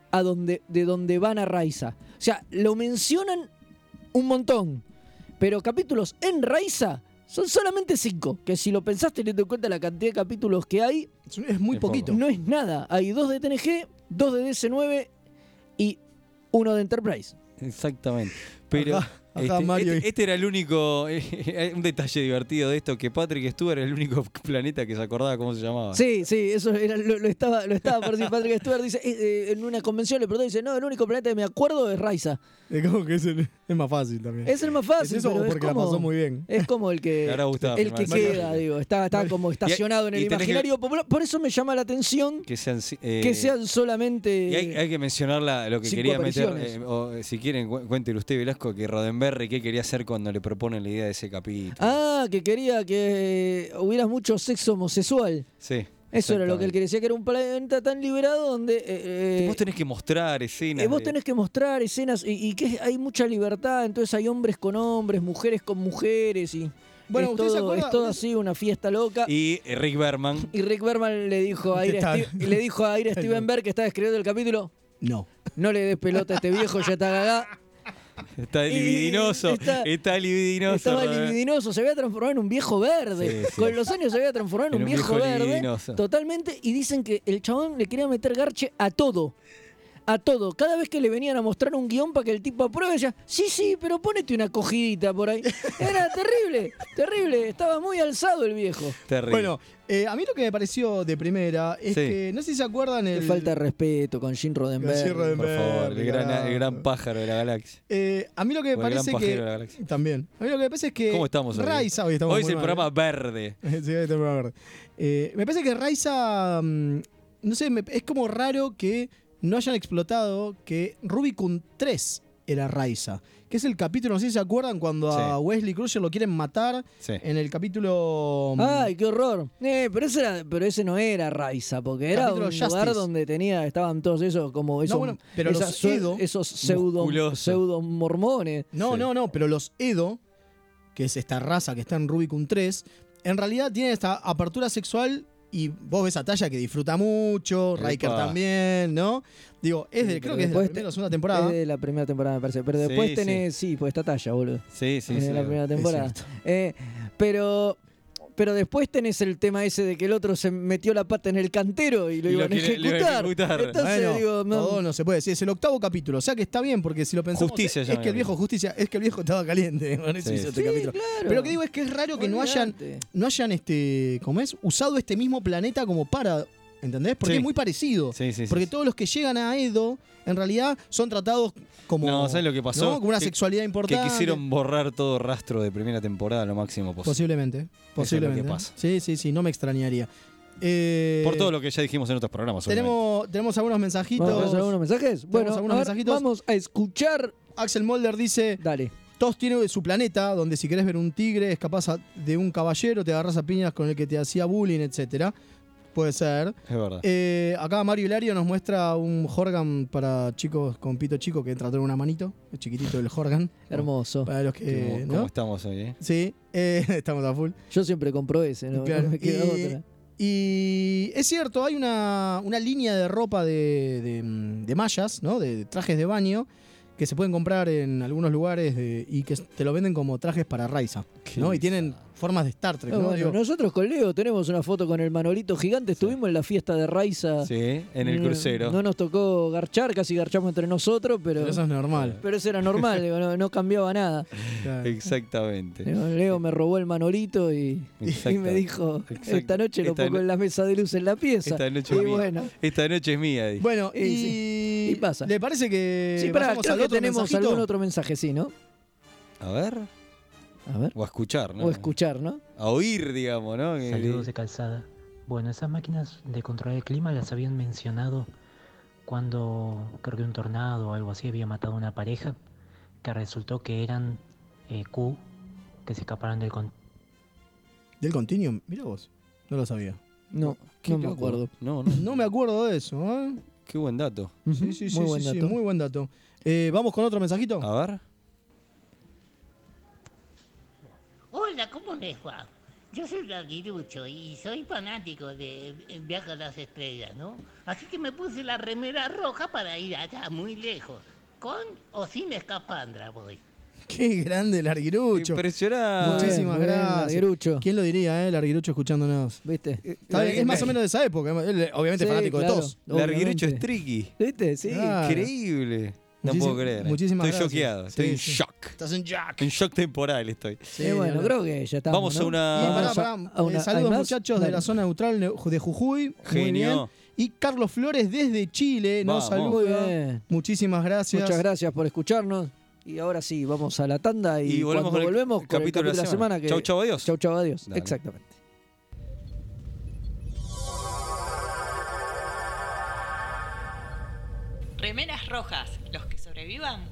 C: a donde, de donde van a Raiza. O sea, lo mencionan un montón, pero capítulos en Raiza son solamente cinco. Que si lo pensás teniendo en cuenta la cantidad de capítulos que hay,
D: Es un- Es muy
B: Es poco.
D: poquito.
C: no es nada. Hay dos de TNG, dos de DC9 y uno de Enterprise.
B: Exactamente. Pero
D: Acá- acá
B: este,
D: Mario-
B: este- este era el único, [laughs] eh, un detalle divertido de esto, que Patrick Stewart era el único [laughs] planeta que se acordaba cómo se llamaba.
C: Sí, sí, eso era- lo, lo estaba, lo estaba por decir Patrick Stewart. Dice, eh, eh, en una convención le preguntó, dice, no, el único planeta que me acuerdo es Raiza.
D: Es como que es, el- es más fácil también.
C: Es el más fácil.
D: Es eso
C: pero
D: o
C: es
D: porque la
C: como-
D: pasó muy bien.
C: Es como el
B: [laughs]
C: que,
B: Le habrá gustado
C: el que
B: filmar.
C: queda, digo. Está, está como estacionado en el
B: y tenés que-
C: imaginario popular. Por eso me llama la atención
B: Que sean... ci- eh,
C: que sean solamente.
B: Y hay, hay que mencionar la- lo que
C: cinco
B: quería meter,
C: apariciones.
B: eh, o, eh, si quieren, cu- cuéntelo usted, Velasco, que Rodenberry, ¿qué quería hacer cuando le proponen la idea de ese capítulo?
C: Ah, que quería que hubieras mucho sexo homosexual.
B: sí.
C: Eso era lo que él
B: exactamente.
C: quería. Decía que era un planeta tan liberado donde. eh, eh,
B: Vos tenés que mostrar escenas.
C: eh, vos
B: de-
C: tenés que mostrar escenas y, y que hay mucha libertad, entonces hay hombres con hombres, mujeres con mujeres y
D: Bueno,
C: es,
D: ¿usted se
C: todo,
D: acuerda?
C: es todo
D: ¿Usted-
C: así, una fiesta loca.
B: Y eh, Rick Berman. [laughs]
C: Y Rick Berman le dijo a
D: Usted
C: Ira,
D: está-
C: Steve- le dijo a Ira Steven Berg, que estaba escribiendo el capítulo,
D: No.
C: no le des pelota a este viejo, ya está cagá.
B: Está
C: Y-
B: libidinoso.
C: está-
B: Está, libidinoso.
C: Estaba
B: Rodenberry.
C: libidinoso, se había transformado en un viejo verde.
B: Sí, sí.
C: Con los años se había transformado en
B: Era
C: un viejo, verde.
B: libidinoso.
C: Totalmente. Y dicen que el chabón le quería meter garche a todo. A todo. Cada vez que le venían a mostrar un guión para que el tipo apruebe, ya, sí, sí, pero ponete una cogidita por ahí. Era terrible, terrible. Estaba muy alzado el viejo.
B: Terrible.
D: Bueno, eh, a mí lo que me pareció de primera es
B: Sí.
D: que, no sé si se acuerdan
C: Qué
D: el...
C: falta de respeto con Jim Roddenberry.
D: Con Jim Roddenberry.
B: Por favor, el gran,
D: carajo.
B: el gran pájaro de la galaxia.
D: Eh, a mí lo que
B: O
D: me
B: el gran
D: parece
B: pajero de la
D: que...
B: galaxia.
D: También. A mí lo que me parece es que...
B: ¿Cómo estamos hoy?
D: Raiza, hoy estamos
B: Hoy es
D: muy
B: el
D: mal. ¿eh?
B: programa verde.
D: [laughs] Sí, hoy es el programa verde. Eh, me parece que Raiza... mm, No sé, me- es como raro que no hayan explotado que Rubicon 3 era Raiza. Que es el capítulo, no sé si se acuerdan, cuando a
B: Sí.
D: Wesley Crusher lo quieren matar
B: Sí.
D: en el capítulo... mm,
C: Ay, qué horror. Eh, pero, ese era- pero ese no era Raiza, porque era
D: Capítulo
C: un lugar
D: Justice.
C: donde tenía, estaban todos esos como esos,
D: bueno, pero
C: esas
D: los
C: pseu-
D: Edo,
C: esos pseudo,
B: musculosos.
C: pseudo mormones.
D: No,
B: Sí.
D: no, no, pero los Edo, que es esta raza que está en Rubicon 3, en realidad tienen esta apertura sexual y vos ves a Taya que disfruta mucho,
B: Epa.
D: Riker también, ¿no? Digo, es de,
C: Sí,
D: creo
C: pero
D: que es de la
C: después eh, te-
D: primera o segunda temporada.
C: Es de la primera temporada, me parece. Pero
B: Sí,
C: después
B: sí.
C: tenés, sí, pues está talla, boludo.
B: Sí, sí,
C: es
B: sí.
C: de la primera
D: Es
C: temporada.
D: cierto.
C: Eh, pero, pero después tenés el tema ese de que el otro se metió la pata en el cantero y lo
B: Y lo
C: iban a
B: quiere- lo iban a
C: ejecutar.
B: ejecutar.
C: Entonces,
D: Bueno,
C: digo, no,
D: todo no se puede decir. Es el octavo capítulo, o sea que está bien, porque si lo pensamos.
B: Justicia
D: es,
B: llaman
D: que el viejo justicia, es que el viejo estaba caliente. [laughs] Por eso
B: Sí.
D: hizo este
C: Sí,
D: capítulo.
C: claro.
D: Pero lo que digo es que es raro que no hayan,
C: Olvidate.
D: no hayan este, ¿cómo es? usado este mismo planeta como para. ¿Entendés? Porque
B: Sí.
D: es muy parecido.
B: Sí, sí, sí,
D: Porque
B: sí.
D: todos los que llegan a Edo, en realidad, son tratados como.
B: No, ¿sabes lo que pasó?
D: ¿no? Como una
B: Que-
D: sexualidad importante.
B: Que quisieron borrar todo rastro de primera temporada lo máximo posible.
D: Posiblemente. Posiblemente.
B: que pasa.
D: Sí, sí, sí, no me extrañaría. Eh,
B: Por todo lo que ya dijimos en otros programas. obviamente.
D: Tenemos, tenemos algunos mensajitos.
C: ¿Vamos a hacer algunos mensajes? Bueno,
D: algunos
C: a ver,
D: mensajitos.
C: vamos a escuchar
D: Axel Molder dice:
C: Dale.
D: Todos tiene su planeta, donde si querés ver un tigre, escapás a- de un caballero, te agarras a piñas con el que te hacía bullying, etcétera. Puede ser.
B: Es verdad.
D: Eh, acá Mario Hilario nos muestra un Jorgan para chicos con pito chico que entra todo en una manito. Es chiquitito el Jorgan.
C: Hermoso.
D: Para los
B: ¿Cómo,
D: que.
B: cómo
D: ¿no?
B: estamos hoy, eh?
D: Sí, eh, [laughs] estamos a full.
C: Yo siempre compro ese, no,
D: Claro,
C: No me queda
D: y-
C: otra.
D: Y es cierto, hay una, una línea de ropa de, de, mm, de mallas, ¿no? De, de trajes de baño que se pueden comprar en algunos lugares de- y que te lo venden como trajes para Raiza, ¿no? Y tienen formas de Star Trek,
C: No,
D: ¿no?
C: bueno,
D: Digo,
C: nosotros con Leo tenemos una foto con el Manolito gigante. Estuvimos en la fiesta de Raiza.
B: Sí, en el
C: Ah. No-
B: crucero.
C: No, nos tocó garchar, casi garchamos entre nosotros, pero,
D: pero eso
C: [laughs]
D: es normal.
C: pero eso era normal, digo, no, no cambiaba nada.
D: Claro.
C: Eh,
B: Exactamente.
C: Digo, Leo me robó el Manolito y, y
B: Exacto.
C: me dijo,
B: Exacto.
C: esta noche lo
B: Esta
C: pongo
B: no-
C: en la mesa de luz en la pieza.
B: Esta noche
C: y
B: es mía.
C: bueno,
B: Esta noche es mía. dije.
D: Bueno,
C: Y
D: y,
C: Eh, sí. Y pasa.
D: ¿Le parece que
C: sí, pará,
D: pasamos
C: creo
D: Eh, al
C: que
D: otro
C: tenemos
D: mensajito?
C: algún otro mensaje, sí, ¿no?
B: A ver.
C: A ver.
B: O a escuchar, ¿no?
C: O escuchar, ¿no?
B: A oír, digamos, ¿no? Que-
E: Saludos de calzada. Bueno, esas máquinas de controlar el clima las habían mencionado cuando creo que un tornado o algo así había matado a una pareja que resultó que eran eh, Q que se escaparon del con-
D: Del Continuum, mira vos. No lo sabía.
C: No,
B: Qué
C: no me
B: loco.
C: acuerdo.
B: No, no.
D: No me acuerdo de eso, ¿eh?
B: Qué buen dato.
C: Ujú,
D: Sí, sí, sí,
C: Muy
D: sí,
C: buen
D: sí,
C: dato. Ah.
D: muy buen dato. Eh, Vamos con otro mensajito.
B: A ver.
F: Hola, ¿cómo les va? Yo soy Raguirucho y soy fanático de eh, Viaje a las Estrellas, ¿no? Así que me puse la remera roja para ir allá, muy lejos. Con o sin escapandra voy.
D: Qué grande el arguirucho.
B: Impresionante.
C: Muchísimo.
D: Muchísimas
C: Muy bien,
D: gracias.
C: Larguirucho.
D: ¿Quién lo diría, eh? El arguirucho escuchándonos.
C: ¿Viste?
D: Eh, Está bien, es más o menos de esa época. Él, obviamente,
C: Sí,
D: fanático
C: claro.
D: de todos.
B: Larguirucho es
C: Obviamente.
B: tricky.
C: ¿Viste? Sí.
D: Ah. Claro.
B: Increíble. No
D: Muchísim-
B: puedo creer. ¿eh?
D: muchísimas
B: estoy
D: gracias.
B: choqueado. Estoy
D: Sí,
B: en
D: sí.
B: shock.
D: Estás en Jack.
B: En shock temporal estoy.
D: Sí,
C: Eh, bueno,
D: no, no.
C: creo que ya estamos.
B: Vamos a
C: ¿no?
B: una-
D: Y
B: Ah,
D: pará,
C: Vamos
D: pará.
C: a una-
D: Eh, saludos
C: ¿hay más?
D: muchachos de
C: Dale.
D: la zona neutral ne- de Jujuy. Muy bien.
B: Genio.
D: Y Carlos Flores desde Chile nos
B: Vamos.
C: Muy
D: saluda.
C: bien.
D: Muchísimas gracias.
C: Muchas gracias por escucharnos. Y ahora sí, vamos a la tanda y,
B: Y volvemos
C: cuando
B: con el
C: volvemos con el
B: capítulo de la semana.
C: que-
B: Chau, chau, adiós.
C: Chau, chau, adiós.
B: Dale.
C: Exactamente.
G: Remeras rojas. Los que sobrevivan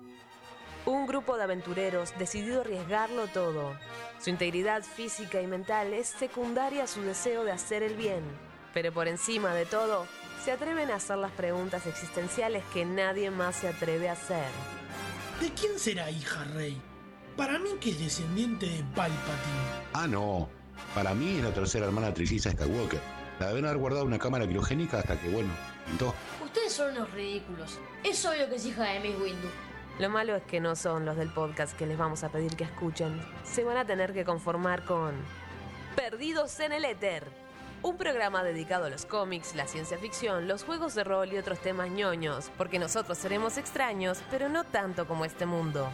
H: Un grupo de aventureros decidido a arriesgarlo todo. Su integridad física y mental es secundaria a su deseo de hacer el bien. Pero por encima de todo, se atreven a hacer las preguntas existenciales que nadie más se atreve a hacer.
I: ¿De quién será hija Rey? Para mí que es descendiente de Palpatine.
J: Ah, no. Para mí es la tercera hermana trilliza Skywalker. La deben haber guardado en una cámara criogénica hasta que, bueno, pintó.
K: Ustedes son unos ridículos. Es obvio que es hija de Miss Windu.
H: Lo malo es que no son los del podcast que les vamos a pedir que escuchen. Se van a tener que conformar con Perdidos en el Éter. Un programa dedicado a los cómics, la ciencia ficción, los juegos de rol y otros temas ñoños, porque nosotros seremos extraños, pero no tanto como este mundo.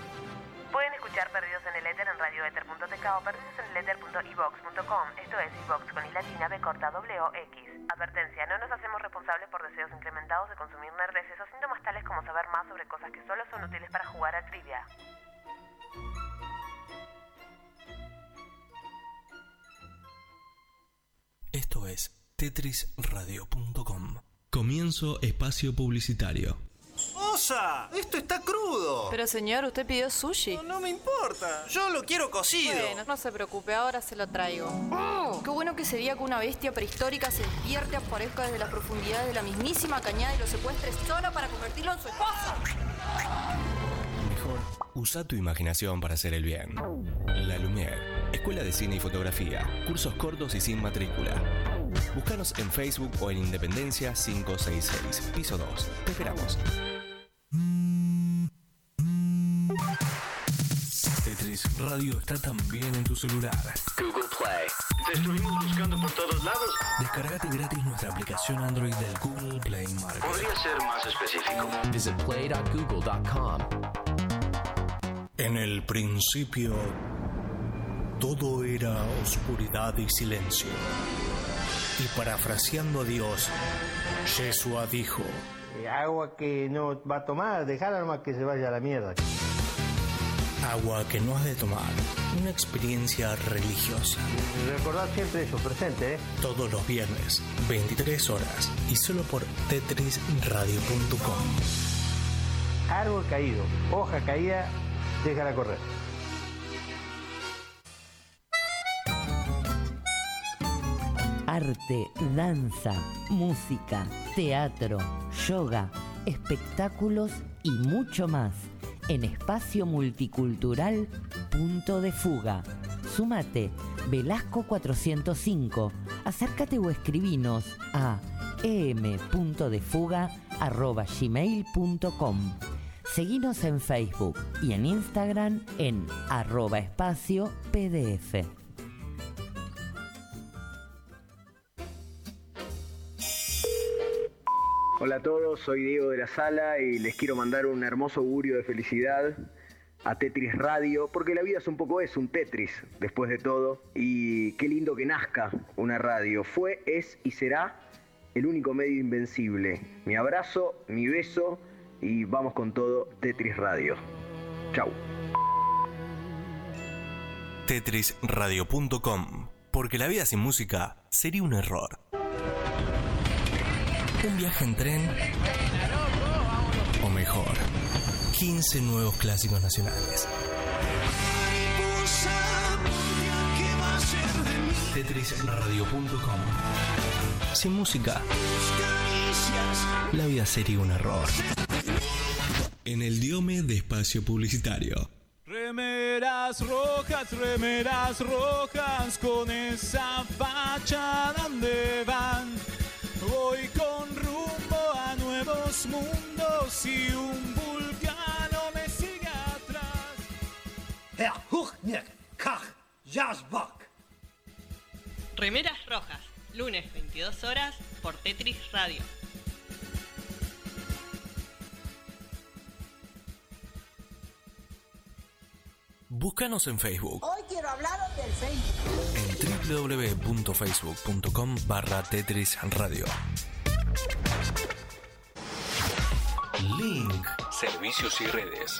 H: Pueden escuchar Perdidos en el Éter en radioéter.tk o perdidoseneleter.evox.com. Esto es iVox con islatina B corta W X. Advertencia, no nos hacemos responsables por deseos incrementados de consumir nerdeces o síntomas tales como saber más sobre cosas que solo son útiles para jugar a trivia.
I: Esto es tetrisradio.com. Comienzo espacio publicitario.
K: ¡Osa! ¡Esto está crudo!
H: Pero señor, usted pidió sushi.
K: No me importa. Yo lo quiero cocido. Oh.
H: no se preocupe, ahora se lo traigo. qué bueno que sería que una bestia prehistórica se despierte, aparezca desde las profundidades de la mismísima cañada y lo secuestre solo para convertirlo en su esposa.
I: Mejor, usa tu imaginación para hacer el bien. La Lumière, Escuela de Cine y Fotografía, cursos cortos y sin matrícula. Búscanos en Facebook o en Independencia 566, piso 2. Te esperamos. Tetris Radio está también en tu celular. Google Play. Te estuvimos buscando por todos lados. Descargate gratis nuestra aplicación Android del Google Play Market. Podría ser más específico. Visit play.google.com.
L: En el principio, todo era oscuridad y silencio. Y parafraseando a Dios, Yeshua dijo,
M: "Eh, Agua que no va a tomar, dejala nomás que se vaya a la mierda.
L: agua que no has de tomar, una experiencia religiosa.
M: Recordad siempre eso, presente, ¿eh?
L: Todos los viernes, 23 horas, y solo por tetrisradio.com.
M: Árbol caído, hoja caída, déjala correr.
N: Arte, danza, música, teatro, yoga, espectáculos y mucho más en espacio multicultural Punto de Fuga. Sumate Velasco 405. Acércate o escribinos a em em.defuga@gmail.com. Seguinos en Facebook y en Instagram en arroba espacio PDF.
O: Hola a todos, soy Diego de la Sala y les quiero mandar un hermoso augurio de felicidad a Tetris Radio, porque la vida es un poco eso, un Tetris, después de todo. Y qué lindo que nazca una radio. Fue, es y será el único medio invencible. Mi abrazo, mi beso y vamos con todo, Tetris Radio. Chau.
B: Tetrisradio.com Porque la vida sin música sería un error. Un viaje en tren. O mejor, 15 nuevos clásicos nacionales. Tetrisradio.com Sin música, la vida sería un error. En el diome de espacio publicitario.
A: Remeras rojas, remeras rojas, con esa facha donde van. Voy con rumbo a nuevos mundos y un vulcano me sigue atrás.
P: Herr Huchnick, Kach, Jasbach.
G: Remeras Rojas, lunes 22 horas por Tetris Radio.
B: Búscanos en Facebook
Q: Hoy quiero hablaros del Facebook.
B: en www.facebook.com barra Tetris Radio. Link. Servicios y redes.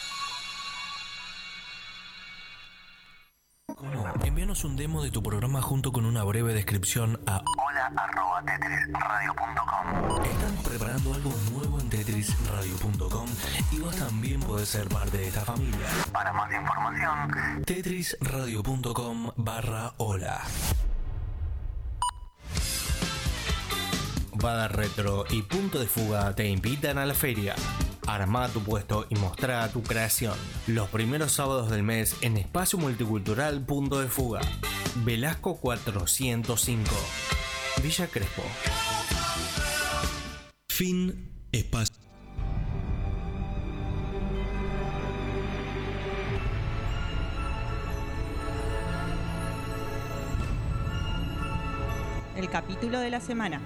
B: Envíanos un demo de tu programa junto con una breve descripción a hola.tetrisradio.com Están preparando algo nuevo en tetrisradio.com y vos también podés ser parte de esta familia. Para más información, tetrisradio.com barra hola. Bada Retro y Punto de Fuga te invitan a la feria. Arma tu puesto y mostrá tu creación. Los primeros sábados del mes en Espacio Multicultural Punto de Fuga. Velasco 405. Villa Crespo. Fin espacio.
R: El capítulo de la semana.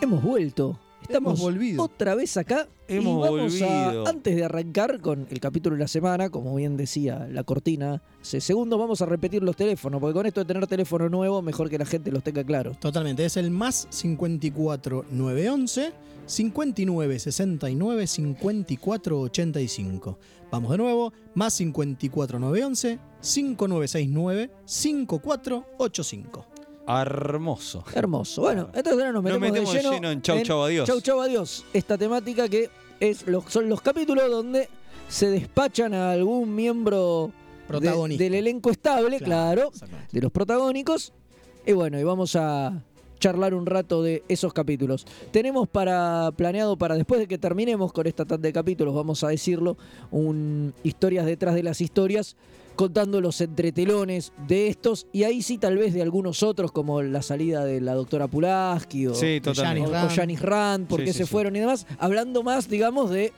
C: Hemos vuelto. Estamos
D: volvido.
C: otra vez acá. y
S: Hemos
C: vamos a-
S: volvido.
C: antes de arrancar con el capítulo de la semana, como bien decía la cortina, hace segundos vamos a repetir los teléfonos, porque con esto de tener teléfono nuevo, mejor que la gente los tenga claro.
D: Totalmente, es el más 54 911 59 69 54 85. Vamos de nuevo, más 54 911 5969 5485.
S: Hermoso.
C: Hermoso. Bueno, entonces ahora nos metemos, de
S: metemos de
C: lleno,
S: lleno en Chau, Chau, Adiós.
C: Chau Chau Adiós. Esta temática que es los, son los capítulos donde se despachan a algún miembro
D: Protagonista.
C: del elenco estable, claro, de los protagónicos. Y bueno, y vamos a charlar un rato de esos capítulos. Tenemos para planeado para después de que terminemos con esta tanda de capítulos, vamos a decirlo, un historias detrás de las historias contando los entretelones de estos y ahí sí tal vez de algunos otros como la salida de la doctora Pulaski o
B: Sí,
C: o-
B: totalmente.
C: o
B: Janis
C: Janis Rand, por
B: Sí,
C: qué
B: sí,
C: se
B: sí.
C: fueron y demás, hablando más, digamos, de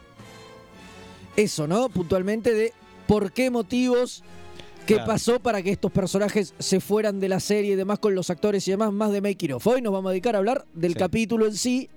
C: eso, ¿no? Puntualmente de por qué motivos, qué
B: Claro.
C: pasó para que estos personajes se fueran de la serie y demás con los actores y demás, más de Making of. Hoy nos vamos a dedicar a hablar del
B: Sí.
C: capítulo en sí.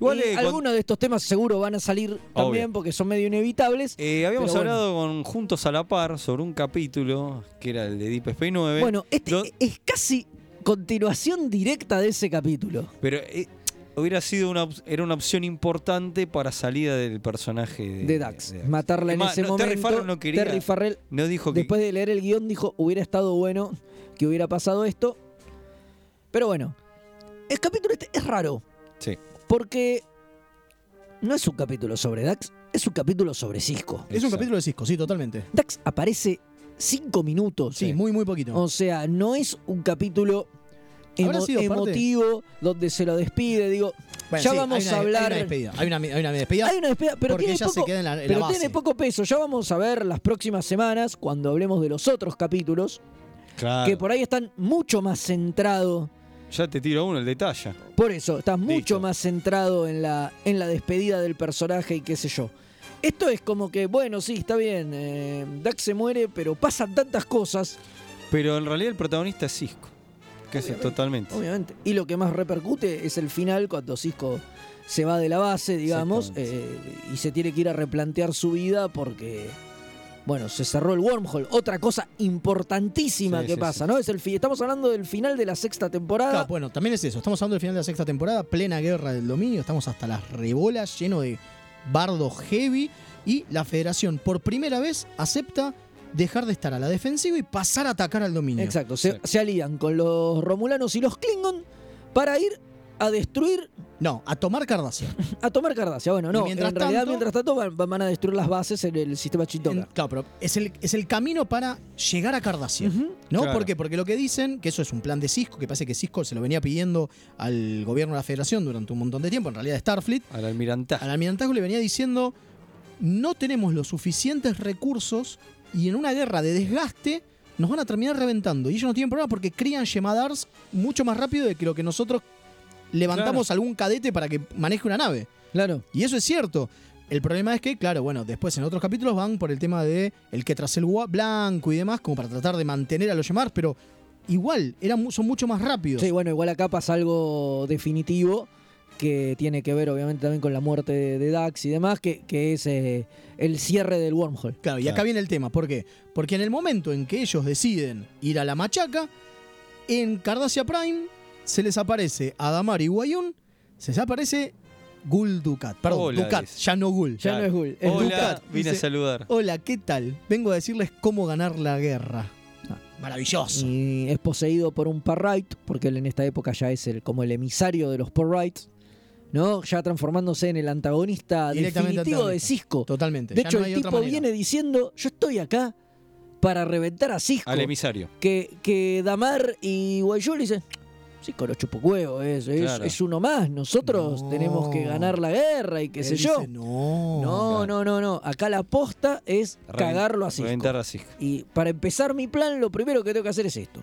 B: Igual,
C: Y
B: eh, con-
C: algunos de estos temas seguro van a salir también porque son medio inevitables.
B: Eh, habíamos
C: pero bueno.
B: hablado con Juntos a la Par sobre un capítulo que era el de Deep Space 9.
C: Bueno, este es casi continuación directa de ese capítulo.
B: Pero eh, hubiera sido una, op- era una opción importante para salida del personaje de,
C: De Dax.
B: de
C: Matarla en
B: Es más,
C: ese
B: no,
C: momento.
B: Terry Farrell no quería.
C: Terry Farrell,
B: No dijo que.
C: después de leer el guión, dijo: hubiera estado bueno que hubiera pasado esto. Pero bueno, el capítulo este es raro.
B: Sí.
C: Porque no es un capítulo sobre Dax, es un capítulo sobre Cisco.
D: Es un capítulo de Cisco, sí, totalmente.
C: Dax aparece cinco minutos.
D: Sí, muy, muy poquito.
C: O sea, no es un capítulo
D: ¿Habrá
C: emo-
D: sido parte?
C: emotivo donde se lo despide. Digo,
D: Bueno,
C: ya
D: sí,
C: vamos
D: hay una-
C: a hablar.
D: Hay una despedida. Hay una, hay una despedida.
C: Hay una despedida, pero,
D: porque
C: tiene,
D: ella
C: poco,
D: se queda en la, en la
C: pero
D: base.
C: tiene poco peso. Ya vamos a ver las próximas semanas, cuando hablemos de los otros capítulos,
B: Claro.
C: que por ahí están mucho más centrados.
B: Ya te tiro uno, el detalle.
C: Por eso, estás mucho más centrado en la, en la despedida del personaje y qué sé yo. Esto es como que, bueno, sí, está bien, eh, Dax se muere, pero pasan tantas cosas,
B: Pero en realidad el protagonista es Cisco. Que es totalmente.
C: obviamente. Y lo que más repercute es el final, cuando Cisco se va de la base, digamos, eh, y se tiene que ir a replantear su vida porque, bueno, se cerró el wormhole. Otra cosa importantísima
D: Sí,
C: que
D: sí,
C: pasa, ¿no? Es el fi- estamos hablando del final de la sexta temporada.
D: Claro, bueno, también es eso. Estamos hablando del final de la sexta temporada, plena guerra del dominio. Estamos hasta las rebolas, lleno de bardo heavy. Y la federación, por primera vez, acepta dejar de estar a la defensiva y pasar a atacar al dominio.
C: Exacto, se, se alían con los romulanos y los Klingon para ir a destruir.
D: No, a tomar Cardacia.
C: a tomar Cardacia, bueno,
D: Y
C: no.
D: mientras
C: en realidad,
D: tanto-
C: mientras tanto, van, van a destruir las bases en el sistema Chitoka.
D: Claro, pero es el, es el camino para llegar a Cardacia. ¿No?
C: Claro.
D: ¿Por qué? Porque lo que dicen, que eso es un plan de Cisco, que parece que Cisco se lo venía pidiendo al gobierno de la Federación durante un montón de tiempo, en realidad Starfleet.
B: Al almirantazgo.
D: Al almirantazgo le venía diciendo: no tenemos los suficientes recursos y en una guerra de desgaste nos van a terminar reventando. Y ellos no tienen problema porque crían Yemadars mucho más rápido de que lo que nosotros levantamos algún cadete para que maneje una nave.
C: Claro.
D: Y eso es cierto. El problema es que, claro, bueno, después en otros capítulos van por el tema de el que tras el gua- blanco y demás, como para tratar de mantener a los Yemar, pero igual, eran, mu- son mucho más rápidos.
C: Sí, bueno, igual acá pasa algo definitivo que tiene que ver, obviamente, también con la muerte de, de Dax y demás, que, que es eh, el cierre del wormhole.
D: Claro, y acá viene el tema. ¿Por qué? Porque en el momento en que ellos deciden ir a la machaca, en Cardacia Prime se les aparece a Damar y Guayun, se les aparece Gul Ducat. Perdón,
B: Hola,
D: Ducat,
B: dice.
D: ya no Gul.
B: Ya no es Gul, es Hola, Ducat. vine a saludar.
C: "Oh,
D: Hola, ¿qué tal? Vengo a decirles cómo ganar la guerra. Ah, Maravilloso.
C: Y es poseído por un Parrite, porque él en esta época ya es el, como el emisario de los Parrites, ¿no? Ya transformándose en el antagonista
D: Directamente
C: definitivo de
D: antagonista.
C: Cisco.
D: Totalmente.
C: De
D: ya
C: hecho,
D: no hay
C: el
D: otra
C: tipo
D: manera.
C: viene diciendo, yo estoy acá para reventar a Cisco.
B: Al emisario.
C: Que, que Damar y Guayú le dicen, Cisco lo chupocuevo, es, es,
B: Claro.
C: es uno más, nosotros tenemos que ganar la guerra y qué
D: Él
C: sé
D: dice,
C: yo.
D: no.
C: No, no, no, no. Acá la aposta es
B: Reven-
C: cagarlo a Cisco.
B: Reventar a Cisco.
C: Y para empezar mi plan, lo primero que tengo que hacer es esto.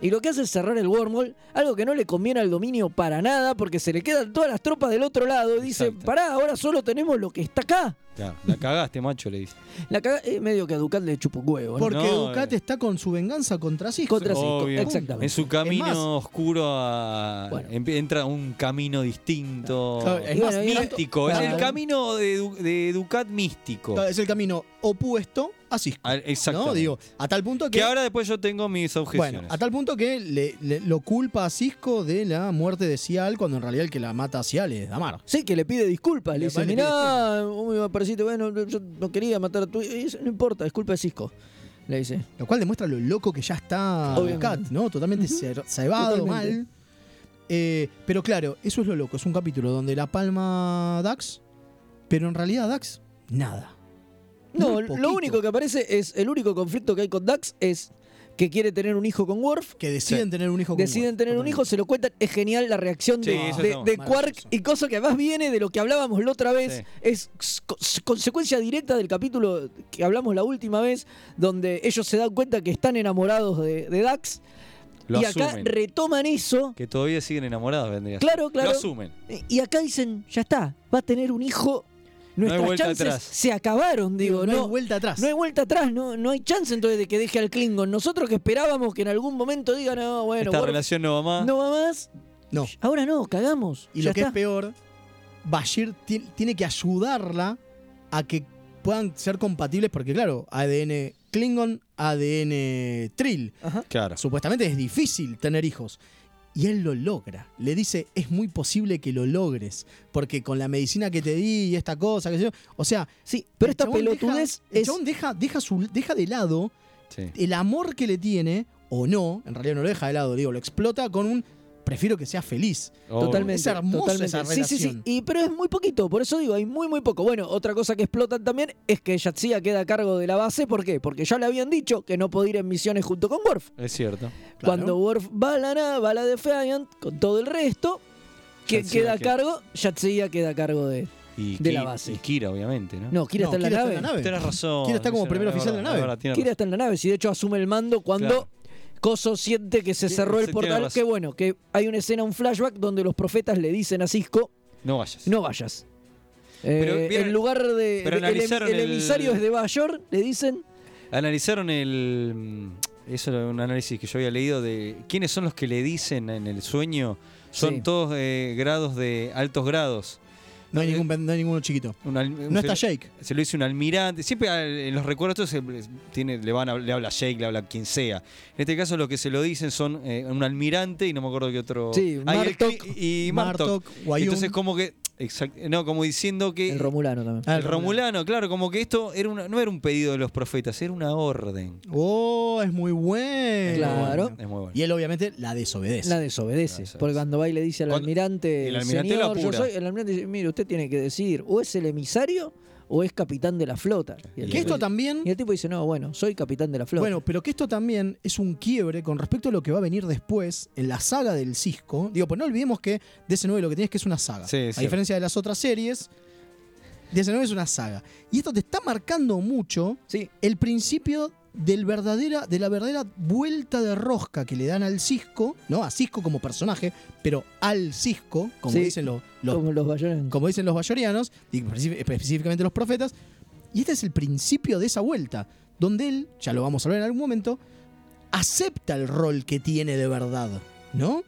C: Y lo que hace es cerrar el wormhole, algo que no le conviene al dominio para nada, porque se le quedan todas las tropas del otro lado. Y dice, pará, ahora solo tenemos lo que está acá.
B: Claro, la cagaste, macho, le dice.
C: La caga- eh, medio que a Ducat le chupa un huevo. ¿no? eh.
D: Porque
B: No,
D: Ducat está con su venganza contra Cisco.
C: Contra Cisco,
B: Obvio.
C: exactamente.
B: En su camino
D: Es más-
B: oscuro a- em- entra un camino distinto.
D: Claro, es más, y tanto-
B: místico. Es el
D: claro.
B: camino de, Du- de Ducat místico.
D: Claro, Es el camino opuesto a Cisco.
B: Al- exactamente.
D: ¿no? Digo, a tal punto que.
B: Que ahora después yo tengo mis objeciones.
D: bueno, a tal punto que le- le- lo culpa a Cisco de la muerte de Cial, cuando en realidad el que la mata a Cial es Damar.
C: Sí, que le pide disculpas. Le
D: Le
C: dice,
D: vale,
C: mirá, me apareciste, bueno, yo no quería matar a tu... y dice, no importa, es culpa de Cisco. Le dice.
D: Lo cual demuestra lo loco que ya está
C: Obviamente.
D: Ducat, ¿no? Totalmente cer- cebado,
C: Totalmente.
D: mal. Eh, pero claro, eso es lo loco. Es un capítulo donde la palma Dax, pero en realidad Dax, nada.
C: No, lo único que aparece es el único conflicto que hay con Dax es que quiere tener un hijo con Worf.
D: Que deciden tener un hijo con
C: Deciden
D: Worf,
C: tener un hijo, se lo cuentan. Es genial la reacción
D: Sí,
C: de,
D: eso
C: de-
D: está
C: de
D: maravilloso.
C: Quark y cosa que además viene de lo que hablábamos la otra vez. Es s- co- s- consecuencia directa del capítulo que hablamos la última vez, donde ellos se dan cuenta que están enamorados de, de Dax.
B: Lo
C: y acá
B: asumen.
C: retoman eso
B: Que todavía siguen enamorados, vendría. a ser.
C: Claro, claro.
B: Lo asumen.
C: Y acá dicen, ya está, va a tener un hijo.
B: No hay
C: Nuestras
B: vuelta
C: chances
B: atrás.
C: se acabaron, digo.
D: Digo, no hay vuelta atrás.
C: No hay vuelta atrás, no, no hay chance entonces de que deje al Klingon. Nosotros que esperábamos que en algún momento digan, no, bueno,
B: Esta
C: Worf
B: relación no va más.
C: no va más.
D: No.
C: Ahora no, cagamos.
D: Y
C: ya
D: lo que
C: está.
D: es peor, Bashir ti- tiene que ayudarla a que puedan ser compatibles, porque claro, ADN Klingon, ADN Trill.
B: Claro.
D: Supuestamente es difícil tener hijos. Y él lo logra. Le dice, es muy posible que lo logres, porque con la medicina que te di y esta cosa, que yo. O sea,
C: sí, pero esta
D: deja,
C: pelotudez
D: el
C: es-
D: chabón deja, deja, su, deja de lado
B: Sí.
D: el amor que le tiene, o no, en realidad no lo deja de lado, digo, lo explota con un prefiero que sea feliz.
C: Totalmente.
D: Oh, Es hermosa
C: totalmente.
D: esa
C: Sí,
D: relación.
C: sí, sí. Y, pero es muy poquito, por eso digo, hay muy, muy poco. Bueno, otra cosa que explotan también es que Yatsia queda a cargo de la base. ¿Por qué? Porque ya le habían dicho que no podía ir en misiones junto con Worf.
B: Es cierto.
C: Cuando Worf va a la nave, va a la Defiant con todo el resto, que
B: Yatsia
C: queda a
B: queda-
C: cargo, Yatsia queda a cargo de.
B: Y
C: de la
B: Ki-
C: base.
B: Y Kira, obviamente, ¿no?
C: No, Kira está en la nave.
B: Tienes razón.
D: Kira está como
B: es
D: primer oficial
B: verdad,
D: de la nave.
B: verdad, tiene
C: Kira está en la nave, si de hecho asume el mando cuando
B: Claro.
C: Coso siente que se
B: Tiene-
C: cerró el
B: tiene
C: portal.
B: razón.
C: Que bueno, que hay una escena, un flashback donde los profetas le dicen a Cisco,
B: razón. No vayas.
C: no vayas. Eh,
B: vieron-
C: en lugar de...
B: pero
C: de- el em-
B: analizaron
C: el,
B: el-
C: emisario es de Bayor, le dicen...
B: Analizaron el. mm, Eso era un análisis que yo había leído de quiénes son los que le dicen en el sueño. Son
D: Sí.
B: todos eh, grados de altos grados.
D: No
B: Eh,
D: hay, ningún, no hay ninguno chiquito.
B: Un al-
D: No
B: se
D: está
B: lo-
D: Jake.
B: Se lo dice un almirante. Siempre al- en los recuerdos se- tiene, le, van a- le habla Jake, le habla quien sea. En este caso, los que se lo dicen son eh, un almirante y no me acuerdo qué otro.
C: Sí,
B: Ah, y el
C: Martok.
B: cli- y Martok.
D: Martok, Guayun.
B: Entonces, como que. exact- no, como diciendo que.
C: El Romulano también.
B: el Romulano, claro, como que esto era una- no era un pedido de los profetas, era una orden.
D: Oh, es muy bueno.
C: Claro.
B: Es muy bueno.
D: Y él obviamente la desobedece.
C: La desobedece. porque cuando va y le dice al almirante,
D: el almirante
C: "Señor,
D: lo apura.
C: yo soy", el almirante dice, mire, usted tiene que decidir, o es el emisario o es capitán de la flota. Y el tipo
D: Que esto
C: dice-
D: también...
C: Y el tipo dice, no, bueno, soy capitán de la flota.
D: Bueno, pero que esto también es un quiebre con respecto a lo que va a venir después en la saga del Cisco. Digo, pues no olvidemos que DC9 lo que tienes que es una saga.
B: Sí, es
D: a
B: cierto.
D: diferencia de las otras series, DC9 es una saga. Y esto te está marcando mucho el principio del verdadera, de la verdadera vuelta de rosca que le dan al Cisco, ¿no? A Cisco como personaje, pero al Cisco, como
C: Sí,
D: dicen los, los-
C: como los bayorianos.
D: como dicen los bayorianos, y específic- específicamente los profetas, y este es el principio de esa vuelta, donde él, ya lo vamos a ver en algún momento, acepta el rol que tiene de verdad, ¿no?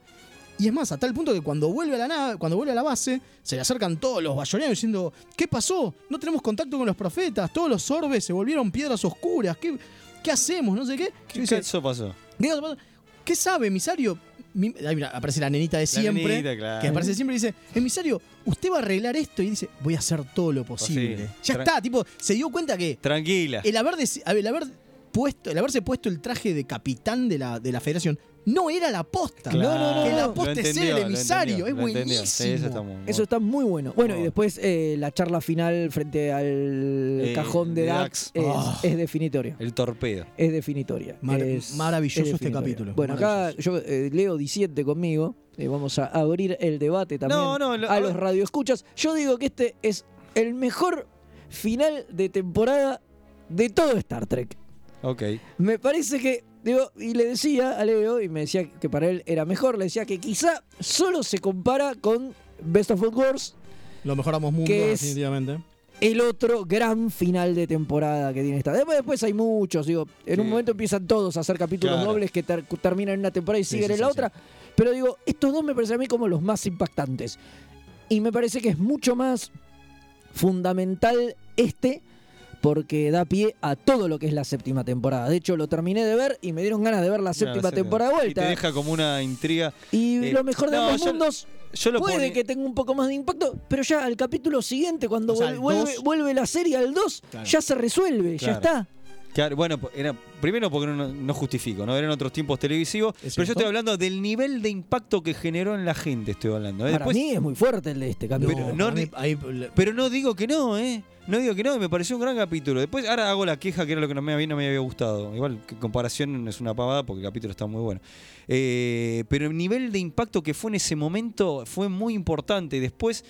D: Y es más, a tal punto que cuando vuelve a la nave, cuando vuelve a la base, se le acercan todos los bayorianos diciendo, ¿qué pasó? No tenemos contacto con los profetas, todos los orbes se volvieron piedras oscuras, ¿qué, qué hacemos? No sé qué. Y
B: ¿Qué,
D: dice,
B: qué eso pasó?
D: Digo, ¿qué sabe, emisario? Mi- ahí mira, aparece la nenita de siempre.
B: nenita, claro.
D: Que aparece siempre y dice, emisario, usted va a arreglar esto. Y dice, voy a hacer todo lo posible.
B: sí.
D: Ya
B: Tra-
D: está, tipo, se dio cuenta que
B: Tranquila.
D: el, haber deci- el haber puesto, el haberse puesto el traje de capitán de la, de la federación no era la posta.
B: Claro. No, no, no,
D: Que la
B: no.
D: posta
B: Lo
D: es ser
B: entendió,
D: el
B: lo
D: emisario.
B: entendió,
D: Es
B: lo entendió.
D: buenísimo.
B: Sí, eso está muy bueno. Ah.
C: Eso está muy bueno. Bueno,
B: Muy
C: y
B: bueno.
C: después eh, la charla final frente al
B: Eh,
C: cajón de
B: de
C: Dax,
B: Dax.
C: es,
B: Oh.
C: es definitoria.
B: El torpedo.
C: Es definitoria.
D: Mar-
C: Es-
D: maravilloso
C: es
D: este
C: definitoria.
D: capítulo.
C: Bueno, acá yo eh, leo 17 conmigo. Eh, vamos a abrir el debate también
B: No, no, lo-
C: a
B: a
C: los
B: ver.
C: radioescuchas. Yo digo que este es el mejor final de temporada de todo Star Trek.
B: Ok.
C: Me parece que, digo, y le decía a Leo, y me decía que para él era mejor, le decía que quizá solo se compara con Best of Both Wars,
D: Lo mejoramos mundo,
C: Que es-
D: definitivamente.
C: el otro gran final de temporada que tiene esta. Después, después hay muchos, digo, en un
B: Sí.
C: momento empiezan todos a hacer capítulos
B: Claro.
C: dobles que ter- terminan en una temporada y
B: Sí,
C: siguen
B: sí,
C: en la
B: sí,
C: otra. Pero digo, estos dos me parecen a mí como los más impactantes. Y me parece que es mucho más fundamental este porque da pie a todo lo que es la séptima temporada. De hecho, lo terminé de ver y me dieron ganas de ver la séptima temporada de
B: Y te
C: vuelta.
B: deja como una intriga.
C: Y
B: Eh,
C: lo mejor de
B: no,
C: ambos
B: yo-
C: mundos
B: yo lo
C: puede
B: pone-
C: que tenga un poco más de impacto, pero ya al capítulo siguiente, cuando
D: O sea,
C: vuel-
D: al
C: vuelve,
D: dos.
C: vuelve la serie al 2,
B: Claro.
C: ya se resuelve, ya
B: Claro.
C: está.
B: Claro, bueno, po- era, primero porque no, no justifico, ¿no? Eran otros tiempos televisivos. Pero yo
D: cierto.
B: estoy hablando del nivel de impacto que generó en la gente, estoy hablando. ¿eh?
C: Para
B: Después-
C: mí es muy fuerte el de este capítulo.
B: pero, no,
D: para mí-
B: di- pero no digo que no, ¿eh? No digo que no, me pareció un gran capítulo. Después ahora hago la queja que era lo que no me había, no me había gustado. Igual que comparación es una pavada porque el capítulo está muy bueno. Eh, pero el nivel de impacto que fue en ese momento fue muy importante. Después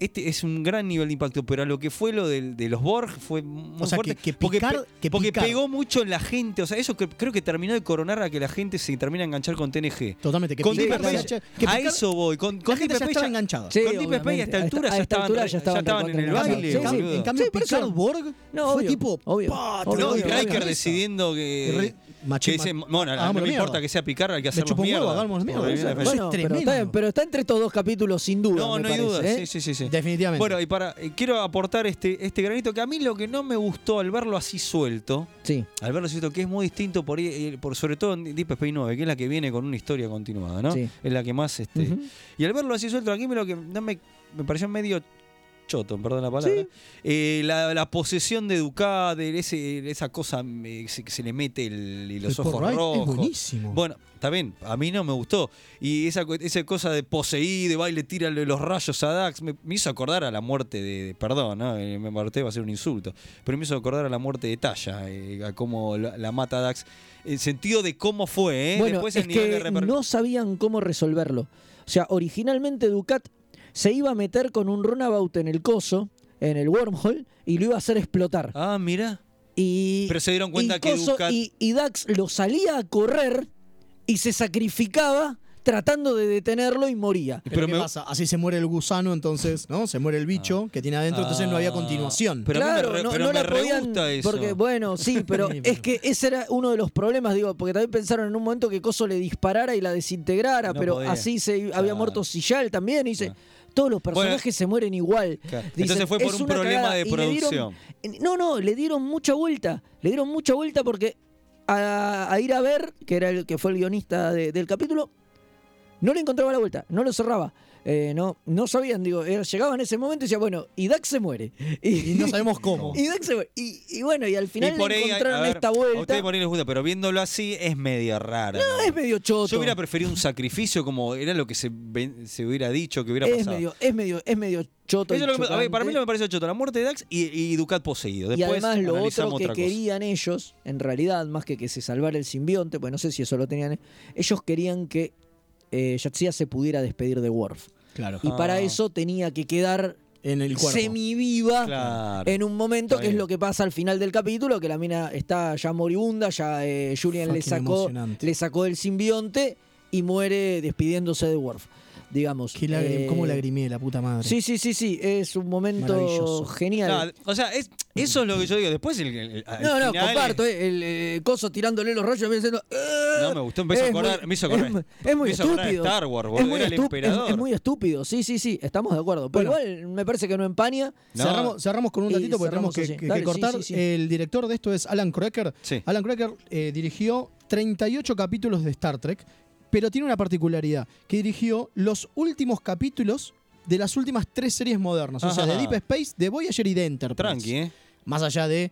B: este es un gran nivel de impacto, pero a lo que fue lo del- de, los Borg fue muy
T: O sea,
B: fuerte.
T: que- que
B: porque
T: picar- que
B: porque
T: picar.
B: pegó mucho en la gente. O sea, eso cre- creo que terminó de coronar a que la gente se termina de enganchar con TNG.
D: Totalmente, que
B: con Deep
D: picar-
B: Space-
D: que picar-
B: A eso voy. Con, con
D: la gente
B: Deep
D: ya
B: Space
D: estaba enganchada.
B: con Deep Space a esta altura ya estaban, re- ya estaban en el baile. boludo.
D: En cambio,
C: por eso-
D: Picard Borg
C: No,
D: fue
C: obvio,
D: tipo.
C: obvio,
D: pa, te
C: obvio,
D: lo
B: No, y
D: digo,
B: Riker
D: la cabeza.
B: decidiendo que.
D: machi-
B: que dice,
D: ma-
B: bueno, no
D: hagámoslo
B: me importa
D: mierda.
B: que sea picar, hay que
D: Me
B: hacernos
D: chupa un huevo,
B: mierda.
D: hagámoslo mierda,
B: Por
D: eso,
B: defensa.
D: bueno,
B: Tre-
C: Pero, está bien, pero está entre estos dos capítulos sin duda.
B: No,
C: me
B: no hay
C: parece,
B: duda.
C: ¿eh?
B: Sí, sí, sí, sí.
D: Definitivamente.
B: Bueno, y para, eh, quiero aportar este, este granito que a mí lo que no me gustó al verlo así suelto, al verlo así suelto, que es muy distinto por, ahí, eh, por sobre todo en Deep Space 9, que es la que viene con una historia continuada, ¿no?
C: Sí.
B: Es la que más este. Y al verlo así suelto, aquí me lo que no me, me pareció medio choto, perdón la palabra. Eh, la, la posesión de Ducat, de ese, esa cosa eh, se- que se le mete el- y los
D: El
B: ojos
D: Paul Wright es
B: rojos.
D: buenísimo.
B: Bueno, está bien, a mí no me gustó. Y esa, cu- esa cosa de poseí, de baile, tira los rayos a Dax, me, me hizo acordar a la muerte de. de- perdón, ¿no? Eh, me muerte va a ser un insulto. Pero me hizo acordar a la muerte de Talla, eh, a cómo la, la mata Dax. El sentido de cómo fue, ¿eh?
C: Bueno,
B: Después
C: es
B: el nivel
C: que
B: de reper-
C: no sabían cómo resolverlo. O sea, originalmente Ducat se iba a meter con un runabout en el coso, en el wormhole, y lo iba a hacer explotar.
B: Ah, mira.
C: Y,
B: Pero se dieron cuenta
C: y
B: que
C: coso-
B: Ducat-
C: y- y Dax lo salía a correr y se sacrificaba tratando de detenerlo y moría.
D: Pero, ¿qué pasa? Así se muere el gusano, entonces, ¿no? Se muere el bicho que tiene adentro, entonces
C: Ah,
D: no había continuación.
C: claro, no, no la podían, Porque, bueno,
B: [laughs]
C: sí, pero
D: Sí, pero-
C: es que ese era uno de los problemas, digo, porque también pensaron en un momento que Coso le disparara y la desintegrara,
B: No
C: pero
B: podía.
C: así se había muerto Sillal también, y dice, todos los personajes se mueren igual.
B: Claro.
C: Dicen,
B: Entonces fue por
C: "Es
B: un
C: una
B: problema
C: cagada",
B: de
C: y le dieron-
B: producción.
C: no, no, le dieron mucha vuelta, le dieron mucha vuelta porque a, a ir a ver, que era el que fue el guionista de- del capítulo, no le encontraba la vuelta, no lo cerraba. Eh, no, no sabían, digo, eh, llegaban en ese momento y decía, bueno, y Dax se muere. Y, [laughs]
D: no sabemos cómo.
C: y, Dax se muere. Y- y bueno, y al final
B: Y por
C: le
B: ahí, a- a
C: encontraron
B: ver,
C: esta
B: A
C: vuelta.
B: ustedes por ahí les gusta, pero viéndolo así es medio rara.
C: No, es medio choto.
B: Yo hubiera preferido un sacrificio como era lo que se, ven- se hubiera dicho que hubiera
C: es
B: pasado.
C: medio, es medio, es medio choto. y
B: Eso es lo que me- a ver, para
C: chocante.
B: mí lo que me pareció choto, la muerte de Dax y, y Ducat poseído.
C: y
B: Después
C: además lo otro
B: analizamos
C: que
B: otra cosa.
C: querían ellos, en realidad, más que que se salvara el simbionte, pues no sé si eso lo tenían, ellos querían que eh, Yatsia se pudiera despedir de Worf.
D: Claro.
C: Y para
D: Ah.
C: eso tenía que quedar
D: En el cuerpo.
C: semiviva
B: Claro.
C: en un momento,
B: Está
C: que es
B: bien.
C: lo que pasa al final del capítulo, que la mina está ya moribunda, ya eh, Julian le
D: Fucking
C: sacó,
D: emocionante.
C: le sacó el simbionte y muere despidiéndose de Worf. Digamos.
D: Qué lagrim-
C: Eh,
D: ¿Cómo lagrimé la puta madre?
C: Sí, sí, sí, sí. Es un
D: Maravilloso.
C: momento genial.
B: No, o sea, es- eso es lo que yo digo. Después el, el- el- al
C: No, no,
B: final,
C: comparto. eh, el eh, coso tirándole los rayos. me diciendo, "Ah".
B: No, me gustó, me hizo
C: Es
B: acordar-
C: muy-
B: me hizo acordar-
C: Es, mu- es muy
B: me hizo acordar
C: estúpido.
B: Star Wars, boludo,
C: es, muy
B: era el
C: estu-
B: emperador.
C: es- es muy estúpido. Sí, sí, sí. Estamos de acuerdo. Pero igual me parece que no empaña.
B: No.
D: Cerramos, cerramos con un
C: Y
D: datito porque
C: cerramos
D: tenemos que,
C: así.
D: que- que
C: Dale, sí,
D: cortar.
C: sí, sí.
D: El director de esto es Alan Crocker.
B: Sí.
D: Alan Crocker eh, dirigió 38 capítulos de Star Trek, pero tiene una particularidad, que dirigió los últimos capítulos de las últimas tres series modernas, o sea,
B: Ajá.
D: de Deep Space, de Voyager y de Enterprise.
B: Tranqui, ¿eh?
D: Más allá de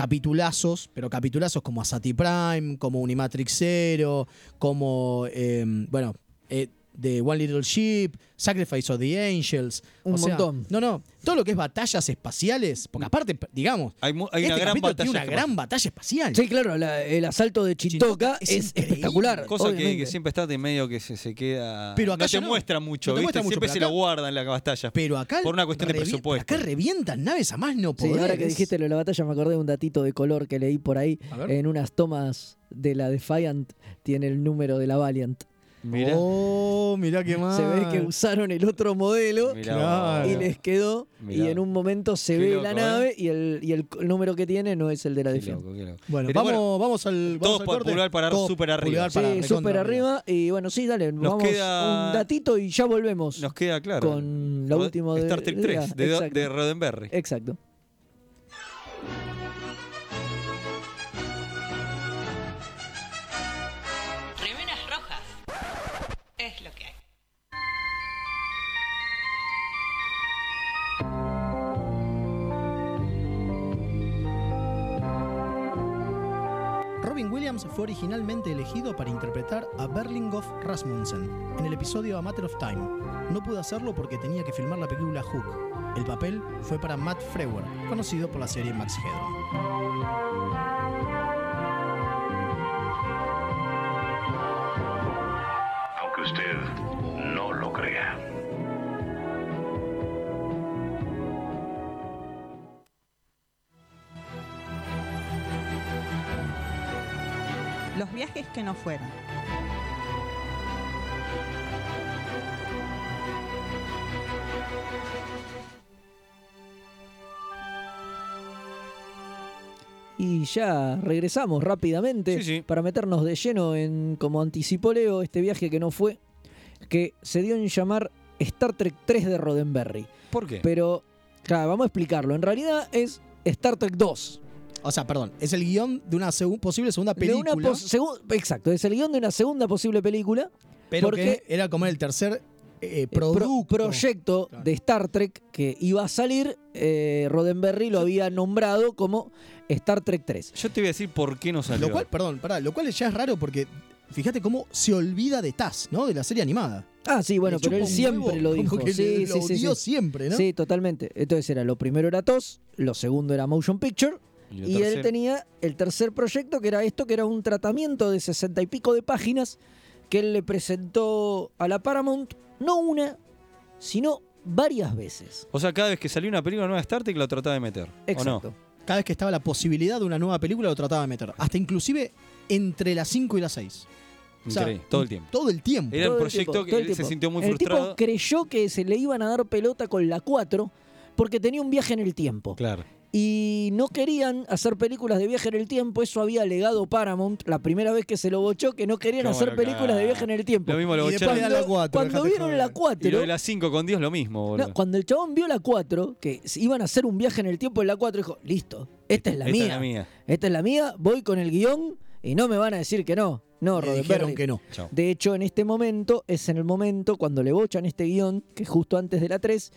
D: capitulazos, pero capitulazos como Asati Prime, como Unimatrix Zero, como, eh, bueno, eh, The One Little Ship, Sacrifice of the Angels.
C: Un
D: O sea,
C: montón. Mm.
D: no, no, todo lo que es batallas espaciales, porque aparte, digamos,
B: Hay, mu- hay
D: este
B: una gran
D: capítulo tiene
B: batalla. que
D: una
B: pasa.
D: gran batalla espacial.
C: Sí, claro. la- el asalto de Chintoca
D: es
C: es,
D: increíble.
C: espectacular.
B: Cosa que,
C: obviamente.
B: que siempre está de medio que se, se queda.
D: Pero acá
B: no te
D: ya no.
B: muestra mucho,
D: No te
B: ¿viste?
D: muestra mucho,
B: siempre
D: pero
B: se
D: acá-
B: lo guardan en la batalla.
D: Pero acá
B: Por una cuestión de
D: revi-
B: presupuesto.
D: Acá revientan naves a más no
C: Sí,
D: poder.
C: ahora que
D: es-
C: dijiste lo de la batalla me acordé de un datito de color que leí por ahí.
D: A ver.
C: En unas tomas de la Defiant tiene el número de la Valiant.
B: Mirá.
D: Oh, mirá qué mal.
C: Se ve que usaron el otro modelo
B: Ah. Mirá
D: Claro.
B: vos.
C: y les quedó.
B: Mirá.
C: Y en un momento se
B: Qué
C: ve
B: loco,
C: la
B: ¿eh?
C: nave y, el, y el número que tiene no es el de la
B: Qué
C: Defiant.
B: loco, qué loco.
D: Bueno,
B: Pero
D: vamos, vamos al.
B: todos
D: vamos al
B: por
D: corte.
B: pulgar para
D: Todos
B: súper arriba.
D: pulgar para
C: Sí,
D: recontra
C: súper arriba. Y bueno, sí, dale,
B: Nos
C: vamos
B: queda-
C: un datito y ya volvemos
B: Nos queda claro.
C: con lo último de
B: Star Trek
C: del
B: 3
C: día.
B: de,
C: Exacto. Eh,
B: de Roddenberry.
C: Exacto.
G: Remeras rojas. Es lo que hay.
D: Roberto Robin Williams fue originalmente elegido para interpretar a Berlinghoff Rasmussen en el episodio A Matter of Time. No pudo hacerlo porque tenía que filmar la película Hook. El papel fue para Matt Frewer, conocido por la serie Max Hedron.
T: aunque usted no lo crea.
U: Los viajes que no fueron.
C: Y ya regresamos rápidamente para meternos de lleno en, como anticipó Leo, este viaje que no fue, que se dio en llamar Star Trek 3 de Roddenberry.
B: ¿Por qué?
C: Pero, claro, vamos a explicarlo. En realidad es Star Trek 2.
D: O sea, perdón, es el guión de una segu- posible segunda
C: De
D: película.
C: una pos- segun- exacto, es el guión de una segunda posible película.
D: pero
C: porque
D: que era como el tercer eh,
C: pro-
D: producto.
C: proyecto de Star Trek que iba a salir, eh, Roddenberry lo había nombrado como Star Trek 3.
B: Yo te voy a decir por qué no salió.
D: Lo cual, perdón, pará, lo cual ya es raro porque fíjate cómo se olvida de Taz, ¿no? De la serie animada.
C: Ah, sí, bueno,
D: Le
C: pero
D: chupa
C: él
D: un
C: siempre
D: huevo,
C: lo
D: como
C: dijo.
D: que
C: sí,
D: lo
C: sí, sí,
D: odió
C: sí.
D: siempre, ¿no?
C: Sí, totalmente. Entonces era, lo primero era TOS, lo segundo era Motion Picture,
B: Y
C: y,
B: lo
C: él
B: tercero.
C: tenía el tercer proyecto, que era esto, que era un tratamiento de sesenta y pico de páginas que él le presentó a la Paramount, no una, sino varias veces.
B: O sea, cada vez que salió una película nueva de Star Trek la trataba de meter. ¿O
D: Exacto.
B: no?
D: Cada vez que estaba la posibilidad de una nueva película lo trataba de meter. Hasta inclusive entre las 5 y las 6.
B: Increíble, todo el tiempo.
D: Todo el tiempo.
B: Era un
C: Todo el
B: proyecto
C: tiempo,
B: que
C: todo el
B: él se
C: tiempo.
B: sintió muy
C: El tipo
B: frustrado.
C: creyó que se le iban a dar pelota con la 4 porque tenía un viaje en el tiempo.
B: Claro.
C: y no querían hacer películas de viaje en el tiempo. Eso había alegado Paramount la primera vez que se lo bochó, que no querían
B: Cómo
C: hacer
B: lo
C: películas
B: caga.
C: de viaje en el tiempo.
B: Lo mismo lo
C: Y
B: bocharon.
C: después
B: Cuando-
C: la cuatro, Cuando
B: dejate
C: vieron la 4,
B: Y lo de las 5 con Dios lo mismo, boludo.
C: cuando el chabón vio la 4, que se iban a hacer un viaje en el tiempo en la 4, dijo, listo, esta es la
B: Esta
C: mía.
B: es la mía.
C: Esta es la mía, voy con el guión y no me van a decir que no. No,
D: Le
C: Roddenberry.
D: dijeron que no. Chao.
C: De hecho, en este momento, es en el momento cuando le bochan este guión, que es justo antes de la 3,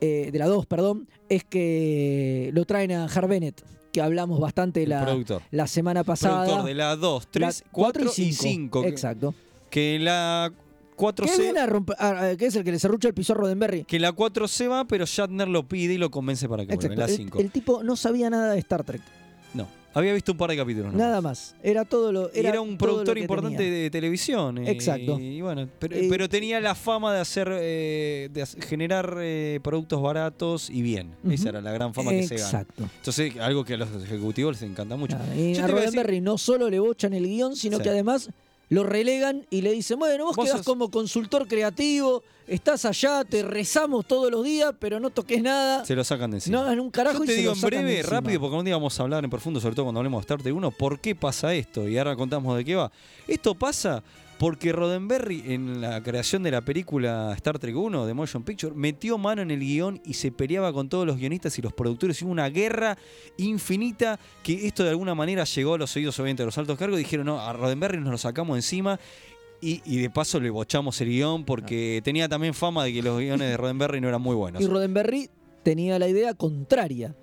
C: eh, de la 2, perdón, es que lo traen a Har Bennett, que hablamos bastante la,
B: productor.
C: la semana pasada.
B: Productor de la 2, 3,
C: La
B: 4 y
C: cinco,
B: 5.
C: Exacto.
B: Que la 4
C: ¿Qué,
B: se,
C: viene a romper- a- a- que es el que le serrucha el piso a Roddenberry?
B: que la 4 se va, pero Shatner lo pide y lo convence para que vuelva en
C: Exacto.
B: la
C: El-
B: 5.
C: el tipo no sabía nada de Star Trek.
B: No, había visto un par de capítulos. ¿no?
C: Nada más. Era todo lo.
B: Y
C: Era,
B: era un
C: todo lo
B: productor
C: que
B: importante
C: tenía.
B: de televisión. eh,
C: Exacto.
B: Y bueno, pero,
C: Eh,
B: pero tenía la fama de hacer, eh, de hac- generar eh, productos baratos y bien. Esa era la gran fama que se gana.
C: Exacto.
B: Entonces, algo que a los ejecutivos les encanta mucho.
C: Y
B: Yo
C: a
B: te iba a decir-
C: Roddenberry no solo le bochan el guión, sino
B: Sí.
C: que además lo relegan y le dicen: Bueno, vos,
B: Vos
C: quedás
B: sos-
C: como consultor creativo, estás allá, te rezamos todos los días, pero no toques nada.
B: se lo sacan de encima.
C: No hagan un carajo
B: Yo
C: y
B: te
C: se
B: digo
C: lo
B: en
C: sacan de
B: breve,
C: encima.
B: rápido, porque un día vamos a hablar en profundo, sobre todo cuando hablemos de Star Trek 1, por qué pasa esto. Y ahora contamos de qué va. Esto pasa porque Roddenberry, en la creación de la película Star Trek 1 de Motion Picture, metió mano en el guión y se peleaba con todos los guionistas y los productores. Y hubo una guerra infinita que esto de alguna manera llegó a los oídos obviamente de los altos cargos. Y dijeron, no, a Roddenberry nos lo sacamos encima. Y, y de paso le bochamos el guión porque
C: Ah.
B: tenía también fama de que los guiones de Roddenberry no eran muy buenos.
C: Y Roddenberry tenía la idea contraria.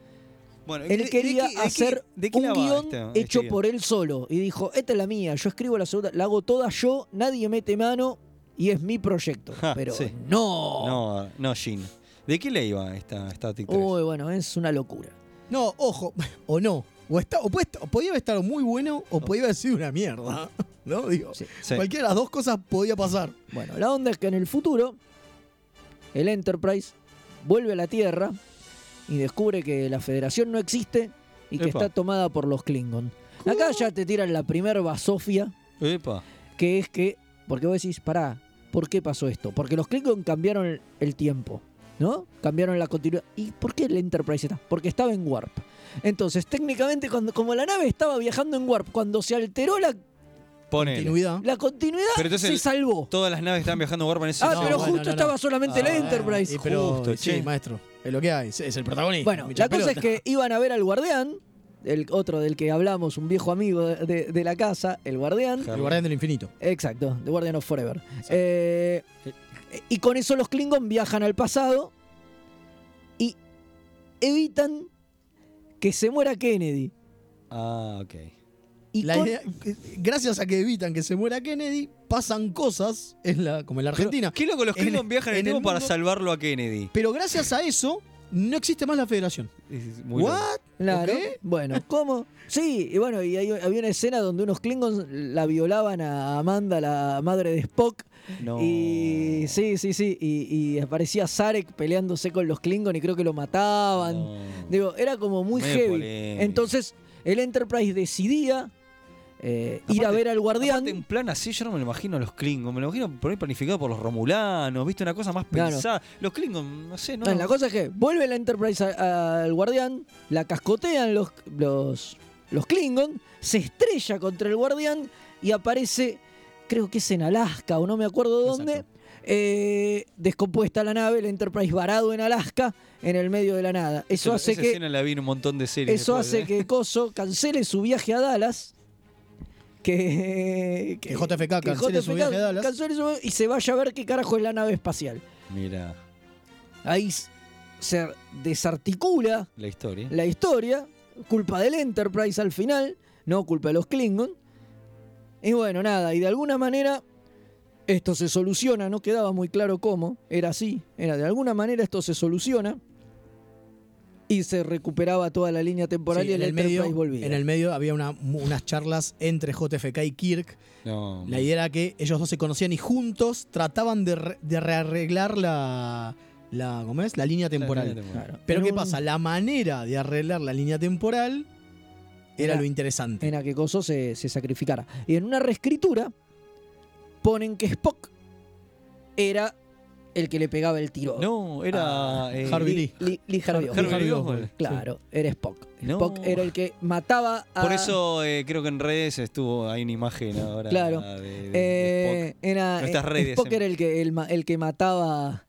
B: Bueno, ¿de-
C: Él
B: de
C: quería
B: qué- de qué-
C: hacer
B: de qué
C: un
B: la va
C: guión
B: este- este
C: hecho
B: guión?
C: por él solo. Y dijo, esta es la mía, yo escribo la segunda, la hago toda yo, nadie mete mano y es mi
B: [laughs]
C: proyecto.
B: Ja,
C: Pero
B: Ah, sí.
C: no.
B: No, no, Jin. ¿De qué le iba esta Static 3?
C: Uy, bueno, es una locura.
D: No, ojo, [laughs] o no. O, está, o puede estar- o podía haber estado muy bueno o podía haber sido una mierda. [laughs] ¿No? Digo,
B: Sí.
D: cualquiera de las dos cosas podía pasar.
C: Bueno, la onda es que en el futuro, el Enterprise vuelve a la Tierra y descubre que la Federación no existe y que
B: Epa.
C: está tomada por los Klingon. Acá ya te tiran la primer basofia,
B: Epa.
C: que es que, porque vos decís, pará, ¿por qué pasó esto? Porque los Klingon cambiaron el- el tiempo, ¿no? Cambiaron la continuidad. ¿Y por qué el Enterprise está? Porque estaba en Warp. Entonces, técnicamente, cuando, como la nave estaba viajando en Warp, cuando se alteró la,
B: Ponele.
D: Continuidad.
C: la continuidad,
B: Pero entonces
C: se
B: el-
C: salvó.
B: Todas las naves estaban viajando a Warp en ese
C: Ah,
B: momento.
C: pero justo estaba solamente la
D: Ah,
C: Enterprise.
D: y pero,
B: Justo,
D: sí,
B: che.
D: maestro. Es lo que hay. Es el protagonista.
C: Bueno,
D: mucha
C: la cosa es
D: pelota.
C: que iban a ver al guardián, el otro del que hablamos, un viejo amigo de, de- de la casa, el guardián.
D: El guardián del infinito.
C: Exacto, The Guardian of Forever. Eh, y con eso los Klingon viajan al pasado y evitan que se muera Kennedy.
B: Ah, ok.
C: Y
D: La
C: con-
D: idea- gracias a que evitan que se muera Kennedy, pasan cosas en la, como en la
C: Ah,
D: Argentina.
B: Qué loco, los
D: En-
B: Klingons viajan en el tiempo para
D: mundo-
B: salvarlo a Kennedy.
D: Pero gracias a eso, no existe más la federación.
B: Es muy loco.
D: ¿What?
C: Claro.
D: ¿Ok?
C: Bueno, ¿cómo? Sí, y bueno, y hay- había una escena donde unos Klingons la violaban a Amanda, la madre de Spock.
B: No.
C: Y sí, sí, sí. Y, y aparecía Zarek peleándose con los Klingons y creo que lo mataban. Digo, era como muy
B: Medio
C: heavy.
B: polémico.
C: Entonces, el Enterprise decidía eh, ir a
B: Aparte-
C: ver al guardián.
B: aparte, un plan así, yo no me lo imagino a los Klingons. Me lo imagino por ahí planificado por los Romulanos, ¿viste? Una cosa más
C: Claro.
B: pensada. Los Klingons, no sé, no.
C: No, la cosa es que vuelve la Enterprise a- al Guardián, la cascotean los, los, los Klingon, se estrella contra el Guardián y aparece, creo que es en Alaska o no me acuerdo dónde, eh, descompuesta la nave, la Enterprise varado en Alaska, en el medio de la nada. Eso
B: Esa-
C: hace
B: esa
C: que
B: escena la vi en un montón de series.
C: eso
B: después,
C: hace
B: ¿eh?
C: que Coso cancele su viaje a Dallas. Que,
D: Que JFK
C: que
D: cancele su viaje a Dallas.
C: cancele su viaje y se vaya a ver qué carajo es la nave espacial.
B: Mira,
C: Ahí s- se desarticula
B: la historia.
C: la historia, culpa del Enterprise al final, no culpa de los Klingon. Y bueno, nada, y de alguna manera esto se soluciona, no quedaba muy claro cómo, era así, era de alguna manera esto se soluciona y se recuperaba toda la línea temporal
D: Sí,
C: y el, Enterprise volvía.
D: en el medio había una- mu- unas charlas entre JFK y Kirk.
B: No.
D: La idea era que ellos dos se conocían y juntos trataban de, re- de rearreglar la, la, ¿cómo es? la línea temporal.
B: línea temporal.
D: Claro. Pero ¿qué pasa? La manera de arreglar la línea temporal era,
C: Era-
D: lo interesante.
C: en la que Coso se, se sacrificara. Y en una reescritura ponen que Spock era el que le pegaba el tiro.
B: No, era.
C: Ah,
B: eh,
D: Harvey
C: Lee,
D: Lee.
C: Lee- Lee Harvey
B: Harvey
C: Oswald.
B: Oswald.
C: Claro, era Spock.
B: No.
C: Spock era el que mataba a...
B: Por eso eh, creo que en redes estuvo. Hay una imagen ahora.
C: Claro.
B: de- de- de
C: Eh,
B: Spock.
C: era,
B: Nuestras
C: eh,
B: redes,
C: Spock
B: eh.
C: era el que, el, ma- el que mataba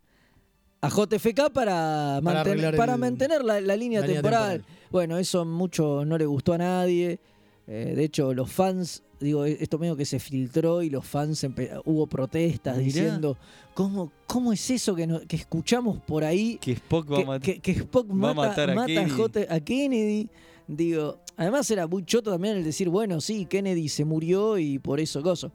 C: a JFK para, manten-
D: arreglar el-
C: para mantener la, la línea
D: la línea
C: temporal.
D: temporal.
C: Bueno, eso mucho no le gustó a nadie. Eh, de hecho, los fans, digo, e- esto medio que se filtró y los fans empe- hubo protestas
B: Mirá.
C: diciendo, ¿cómo, ¿cómo es eso que, no- que escuchamos por ahí?
B: Que Spock va a
C: que,
B: matar.
C: que- que Spock
B: va a
C: mata,
B: matar a
C: mata
B: Kennedy.
C: J- a Kennedy. Digo, además era muy choto también el decir, bueno, sí, Kennedy se murió y por eso gozo.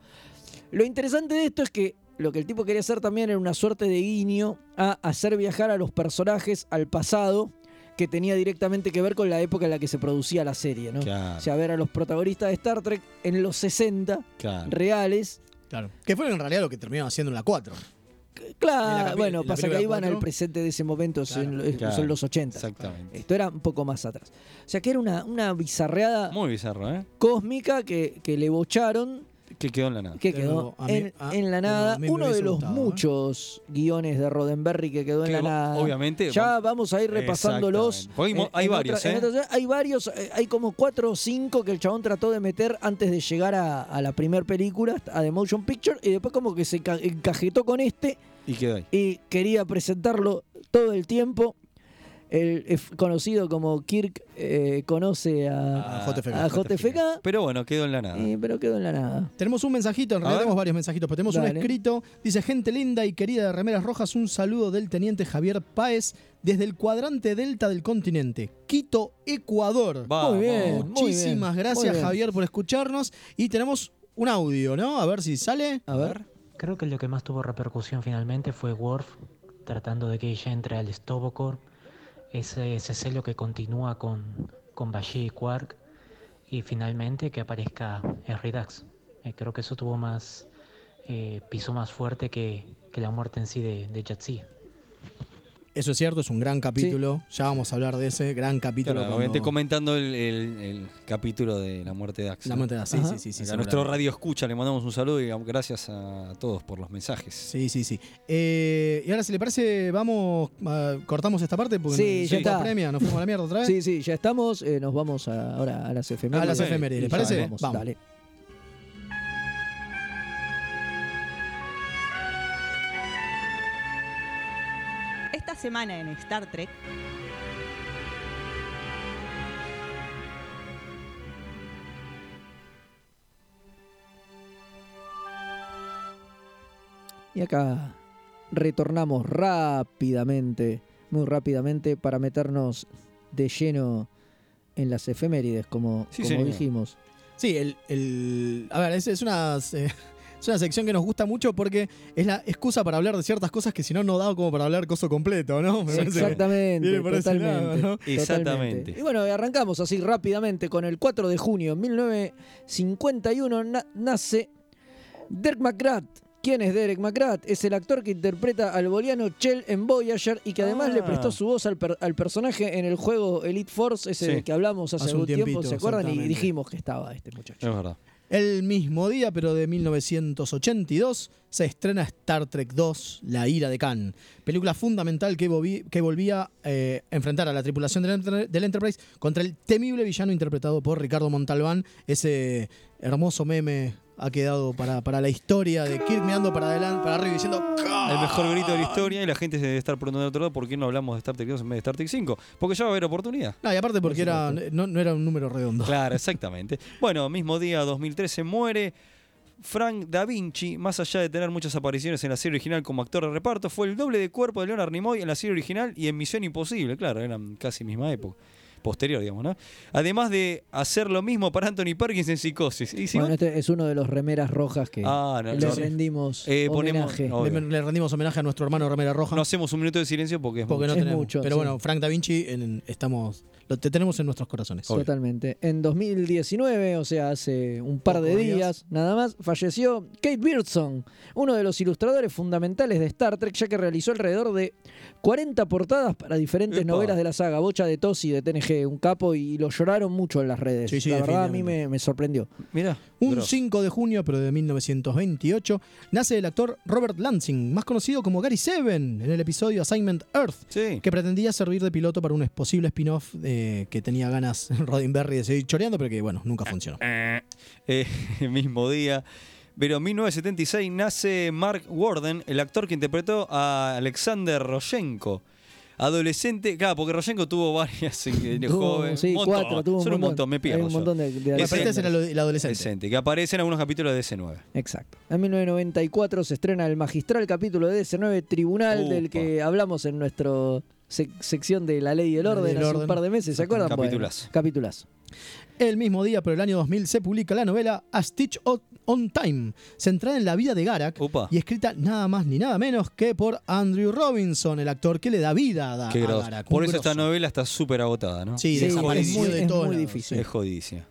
C: Lo interesante de esto es que lo que el tipo quería hacer también era una suerte de guiño a hacer viajar a los personajes al pasado que tenía directamente que ver con la época en la que se producía la serie, ¿no?
B: Claro,
C: O sea, ver a los protagonistas de Star Trek en los 60
B: claro.
C: reales.
D: Claro. Que fue en realidad lo que terminaron haciendo en la 4. En la
C: Claro,
D: capi-
C: bueno,
D: en la
C: pasa que
D: primera
C: iban
D: cuatro.
C: al presente de ese momento, son, los-
B: Claro,
C: son los 80.
B: Exactamente.
C: Esto era un poco más atrás. O sea que era una, una bizarreada
B: Muy bizarro, ¿eh?
C: cósmica que, que le bocharon,
B: Que quedó en la nada.
C: que
D: De
C: quedó
D: nuevo, a mí-
C: en,
D: a-
C: en la
D: de nuevo,
C: nada.
D: a mí me
C: Uno de
D: hubiese
C: los
D: gustado, ¿eh?
C: muchos guiones de Roddenberry que quedó en
B: Que
C: la
B: va-
C: nada.
B: obviamente,
C: Ya
B: vamos-
C: vamos a ir repasándolos.
B: Exactamente. Porque hay mo- hay varios, ¿eh?
C: hay varios, eh, hay como cuatro o cinco que el chabón trató de meter antes de llegar a, a la primera película, a The Motion Picture, y después como que se ca- encajetó con este
B: Y quedó ahí.
C: y quería presentarlo todo el tiempo. El, es conocido como Kirk eh, conoce a,
D: A JFK.
C: a JFK,
B: Ah, Pero bueno, quedó en la
D: Ah.
B: nada.
C: eh, pero quedó en la nada.
D: Tenemos un mensajito, en
B: A ver.
D: realidad tenemos varios mensajitos, pero tenemos un
C: Dale.
D: escrito. Dice, gente linda y querida de Remeras Rojas, un saludo del teniente Javier Páez desde el cuadrante delta del continente, Quito, Ecuador.
B: Vamos.
C: Muy bien.
D: Muchísimas
C: muy bien, muy
D: gracias
C: bien.
D: Javier por escucharnos y tenemos un audio, ¿no? A ver si sale.
C: A ver.
E: Creo que lo que más tuvo repercusión finalmente fue Worf tratando de que ella entre al Stovocor, ese, ese celo que continúa con, con Bashir y Quark, y finalmente que aparezca el Redax. Eh, creo que eso tuvo más, eh, piso más fuerte que, que la muerte en sí de, de Yahtzee.
D: Eso es cierto, es un gran capítulo. Ya vamos a hablar de ese gran capítulo.
B: Claro,
D: cuando-
B: obviamente comentando el, el- el capítulo de la muerte de Axel.
D: La muerte de Axel, sí, sí, sí, sí,
B: Acá
D: seguramente.
B: nuestro radio escucha, le mandamos un saludo y gracias a todos por los mensajes.
D: Sí, sí, sí. Eh, y ahora, si le parece, vamos, ah, cortamos esta parte porque
C: Sí,
D: nos-
C: ya
D: nos
C: está.
D: apremia, nos fuimos a la
C: [laughs]
D: mierda otra vez.
C: Sí, sí, ya estamos. eh, nos vamos a- ahora a las efemérides.
D: A las efemérides,
C: Y
D: ¿le
C: ya
D: parece?
C: nos
D: Vamos.
C: Dale.
U: Esta semana en Star Trek,
C: Y acá retornamos rápidamente, muy rápidamente, para meternos de lleno en las efemérides, como,
B: Sí,
C: como
B: señor.
C: dijimos.
D: Sí, el. el- a ver, es, es una. se- [laughs] Es una sección que nos gusta mucho porque es la excusa para hablar de ciertas cosas que si no, no da como para hablar coso completo, ¿no? [laughs] Me parece que
C: Exactamente,
D: viene por ese lado,
C: totalmente,
D: ¿no?
C: totalmente.
B: Exactamente.
C: Y bueno, arrancamos así rápidamente con el 4 de junio de 1951 na- nace Derek McGrath. ¿Quién es Derek McGrath? Es el actor que interpreta al boliano Chell en Voyager y que además
D: Ah.
C: le prestó su voz al, per- al personaje en el juego Elite Force, ese
D: Sí.
C: del que hablamos hace,
D: Hace un
C: algún tiempo,
D: tiempito,
C: ¿se acuerdan? Y
D: exactamente.
C: dijimos que estaba este muchacho.
B: Es verdad.
D: El mismo día, pero de 1982, se estrena Star Trek II, La ira de Khan. Película fundamental que, volví- que volvía eh, a enfrentar a la tripulación del, Enter- del Enterprise contra el temible villano interpretado por Ricardo Montalbán. Ese hermoso meme ha quedado para, para la historia de Kirk mirando para adelante, para arriba y diciendo "Khan".
B: El mejor grito de la historia y la gente se debe estar preguntando de otro lado por qué no hablamos de Star Trek 2 en vez de Star Trek 5. Porque ya va a haber oportunidad.
D: No, y aparte porque era, no, no era un número redondo.
B: Claro, exactamente. Bueno, mismo día 2013 muere Frank Da Vinci, más allá de tener muchas apariciones en la serie original como actor de reparto, fue el doble de cuerpo de Leonard Nimoy en la serie original y en Misión Imposible, claro, eran casi misma época. Posterior, digamos, ¿no? Además de hacer lo mismo para Anthony Perkins en Psicosis. Y
D: Eh,
B: si
C: Bueno,
B: vos-
C: este es uno de los remeras rojas que
B: Ah, no,
C: le
B: no.
C: rendimos
B: Eh, ponemos-
C: homenaje.
B: obvio.
D: Le, le rendimos homenaje a nuestro hermano Romero Roja.
B: no hacemos un minuto de silencio porque es
D: porque no
B: mucho.
D: tenemos.
C: mucho,
D: pero
C: sí.
D: bueno, Frank Da Vinci, en- estamos, lo, te tenemos en nuestros corazones.
C: Totalmente. En 2019, o sea, hace un par de
D: Pocos
C: días,
D: días.
C: nada más, falleció Kate Beardson, uno de los ilustradores fundamentales de Star Trek, ya que realizó alrededor de 40 portadas para diferentes
D: Epa.
C: novelas de la saga, Bocha de Tosi de TNG, un capo, y lo lloraron mucho en las redes.
D: Sí, sí,
C: la verdad, a mí me, me sorprendió.
B: Mira,
D: Un 5 de junio, pero de 1928, nace el actor Robert Lansing, más conocido como Gary Seven, en el episodio Assignment Earth,
B: Sí.
D: que pretendía servir de piloto para un posible spin-off eh, que tenía ganas [laughs] Roddenberry de seguir choreando, pero que bueno, nunca funcionó.
B: Eh, [laughs] mismo día. Pero en 1976 nace Mark Warden, el actor que interpretó a Alexander Roshenko. Adolescente, claro, porque Roshenko tuvo
C: [laughs]
B: varias en
C: Tuvo,
B: joven.
C: sí,
B: montón,
C: cuatro, tuvo un
B: solo un
C: montón.
B: montón, me pierdo.
C: Hay un
B: yo.
C: montón de- de
B: Ese-
D: Aparte, ese era lo- el adolescente.
B: adolescente, que aparece en algunos capítulos de DC9.
C: Exacto. En 1994 se estrena el magistral capítulo de DC9 Tribunal,
B: Upa.
C: del que hablamos en nuestra sección de la ley y el
D: La
C: orden
D: Ley y el
C: hace un
D: Orden.
C: par de meses, ¿se acuerdan? Bueno,
B: Capitulazo.
C: capitulazo.
D: El mismo día, pero el año 2000, se publica la novela A Stitch on, on Time, centrada en la vida de Garak
B: Upa.
D: y escrita nada más ni nada menos que por Andrew Robinson, el actor que le da vida a,
B: Qué
D: a
B: grosso.
D: Garak.
B: Por
D: Un
B: eso esta
D: grosso.
B: novela está súper agotada, ¿no?
D: Sí,
B: es
D: desapareció
B: jodidísima.
D: de
C: es
D: todo
C: muy
D: lado.
C: difícil.
B: Es jodidísima.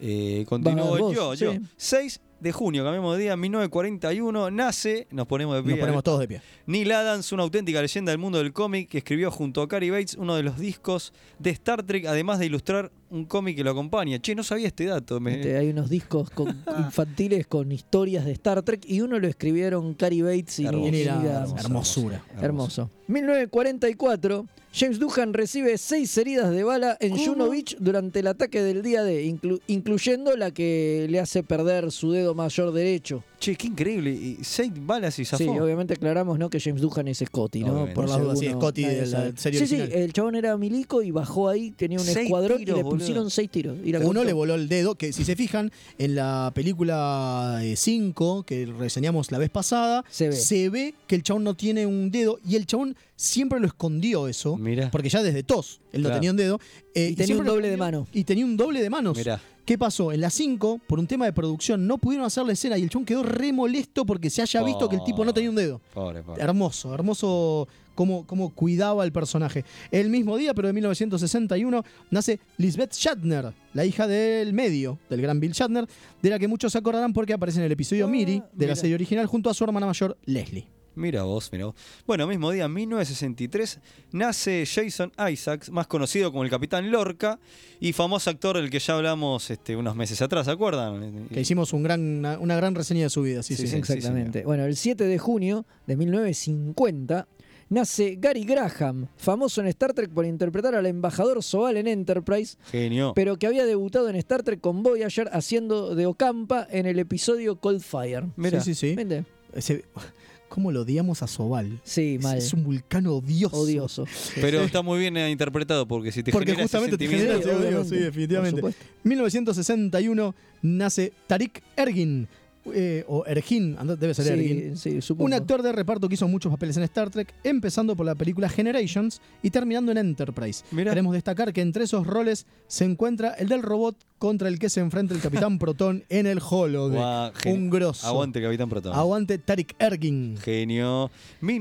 B: Eh, continúo
C: Vas vos,
B: yo, yo.
C: sí.
B: 6 de junio, cambiamos de día, 1941, nace, nos ponemos de pie.
D: Nos ponemos todos de pie.
B: Neil Adams, una auténtica leyenda del mundo del cómic, que escribió junto a Cary Bates uno de los discos de Star Trek, además de ilustrar un cómic que lo acompaña. Che, no sabía este dato. me- Ah.
C: Este, hay unos discos
B: [laughs]
C: con- infantiles con historias de Star Trek y uno lo escribieron Cary Bates y
B: Hermoso.
C: Neil
D: Mira,
C: Adams.
D: hermosura.
C: Hermoso. 1944, James Duhan recibe seis heridas de bala en Juno Beach durante el ataque del día D, inclu- incluyendo la que le hace perder su dedo mayor derecho.
B: Che, qué increíble. Y seis balas y zafó.
C: Sí, obviamente aclaramos ¿no? que James Duhan es Scotty, ¿no?
B: Obviamente.
D: Por las
C: si
D: dudas, sí,
C: alguno-
D: Scotty
C: nadie
D: de la
C: sabe.
D: serie
C: Sí, sí,
D: original.
C: el chabón era milico y bajó ahí, tenía un
B: Seis
C: escuadrón y
B: tiros,
C: le
B: boludo.
C: pusieron seis tiros. Y la
D: Uno
C: cortó.
D: le voló el dedo, que si se fijan, en la película 5, que reseñamos la vez pasada,
C: Se ve.
D: que el chabón no tiene un dedo y el chabón siempre lo escondió eso.
B: Mirá.
D: Porque ya desde TOS él no
B: Claro.
D: tenía un dedo. eh,
C: Y tenía
D: siempre
C: un
D: lo
C: doble de
D: escondió,
C: mano.
D: Y tenía un doble de manos.
B: Mirá.
D: ¿Qué pasó? En la 5, por un tema de producción, no pudieron hacer la escena y el chabón quedó re molesto porque se haya visto que el tipo no tenía un dedo.
B: Pobre, pobre.
D: Hermoso, hermoso cómo, cómo cuidaba el personaje. El mismo día, pero de 1961, nace Lisbeth Shatner, la hija del medio, del gran Bill Shatner, de la que muchos se acordarán porque aparece en el
C: Ah,
D: episodio Miri de
B: mira.
D: la serie original junto a su hermana mayor, Leslie.
B: Mira vos, mira vos. Bueno, mismo día, 1963, nace Jason Isaacs, más conocido como el Capitán Lorca y famoso actor del que ya hablamos este, unos meses atrás, ¿se acuerdan?
D: Que hicimos un gran, una, una gran reseña de su vida, sí,
B: Sí,
D: sí.
B: sí.
C: Exactamente.
B: señor.
C: bueno, el 7 de junio de 1950 nace Gary Graham, famoso en Star Trek por interpretar al embajador Soal en Enterprise,
B: Genio.
C: pero que había debutado en Star Trek con Voyager haciendo de Ocampa en el episodio Cold Fire.
B: Mira.
D: Sí, sí, sí.
C: ¿Viste?
D: Ese- ¿Cómo lo odiamos a Sobal?
C: Sí,
D: Es,
C: mal.
D: es un vulcano odioso.
C: Odioso.
B: Pero está muy bien eh, interpretado porque si te
D: Porque
B: genera ese
D: justamente te
B: sentimiento-
D: genera ese odio,
C: obviamente,
D: sí, definitivamente.
C: por supuesto.
D: 1961 nace Tariq Ergin, eh, o Ergin, andá, debe ser
C: Sí,
D: Ergin,
C: sí, supongo.
D: un actor de reparto que hizo muchos papeles en Star Trek, empezando por la película Generations y terminando en Enterprise. Queremos destacar que entre esos roles se encuentra el del robot contra el que se enfrenta el
C: [laughs]
D: Capitán Protón en el Holodeck.
B: Guau, gen-
D: un grosso.
B: Aguante, Capitán Protón.
D: Aguante Tarik Ergin.
B: Genio.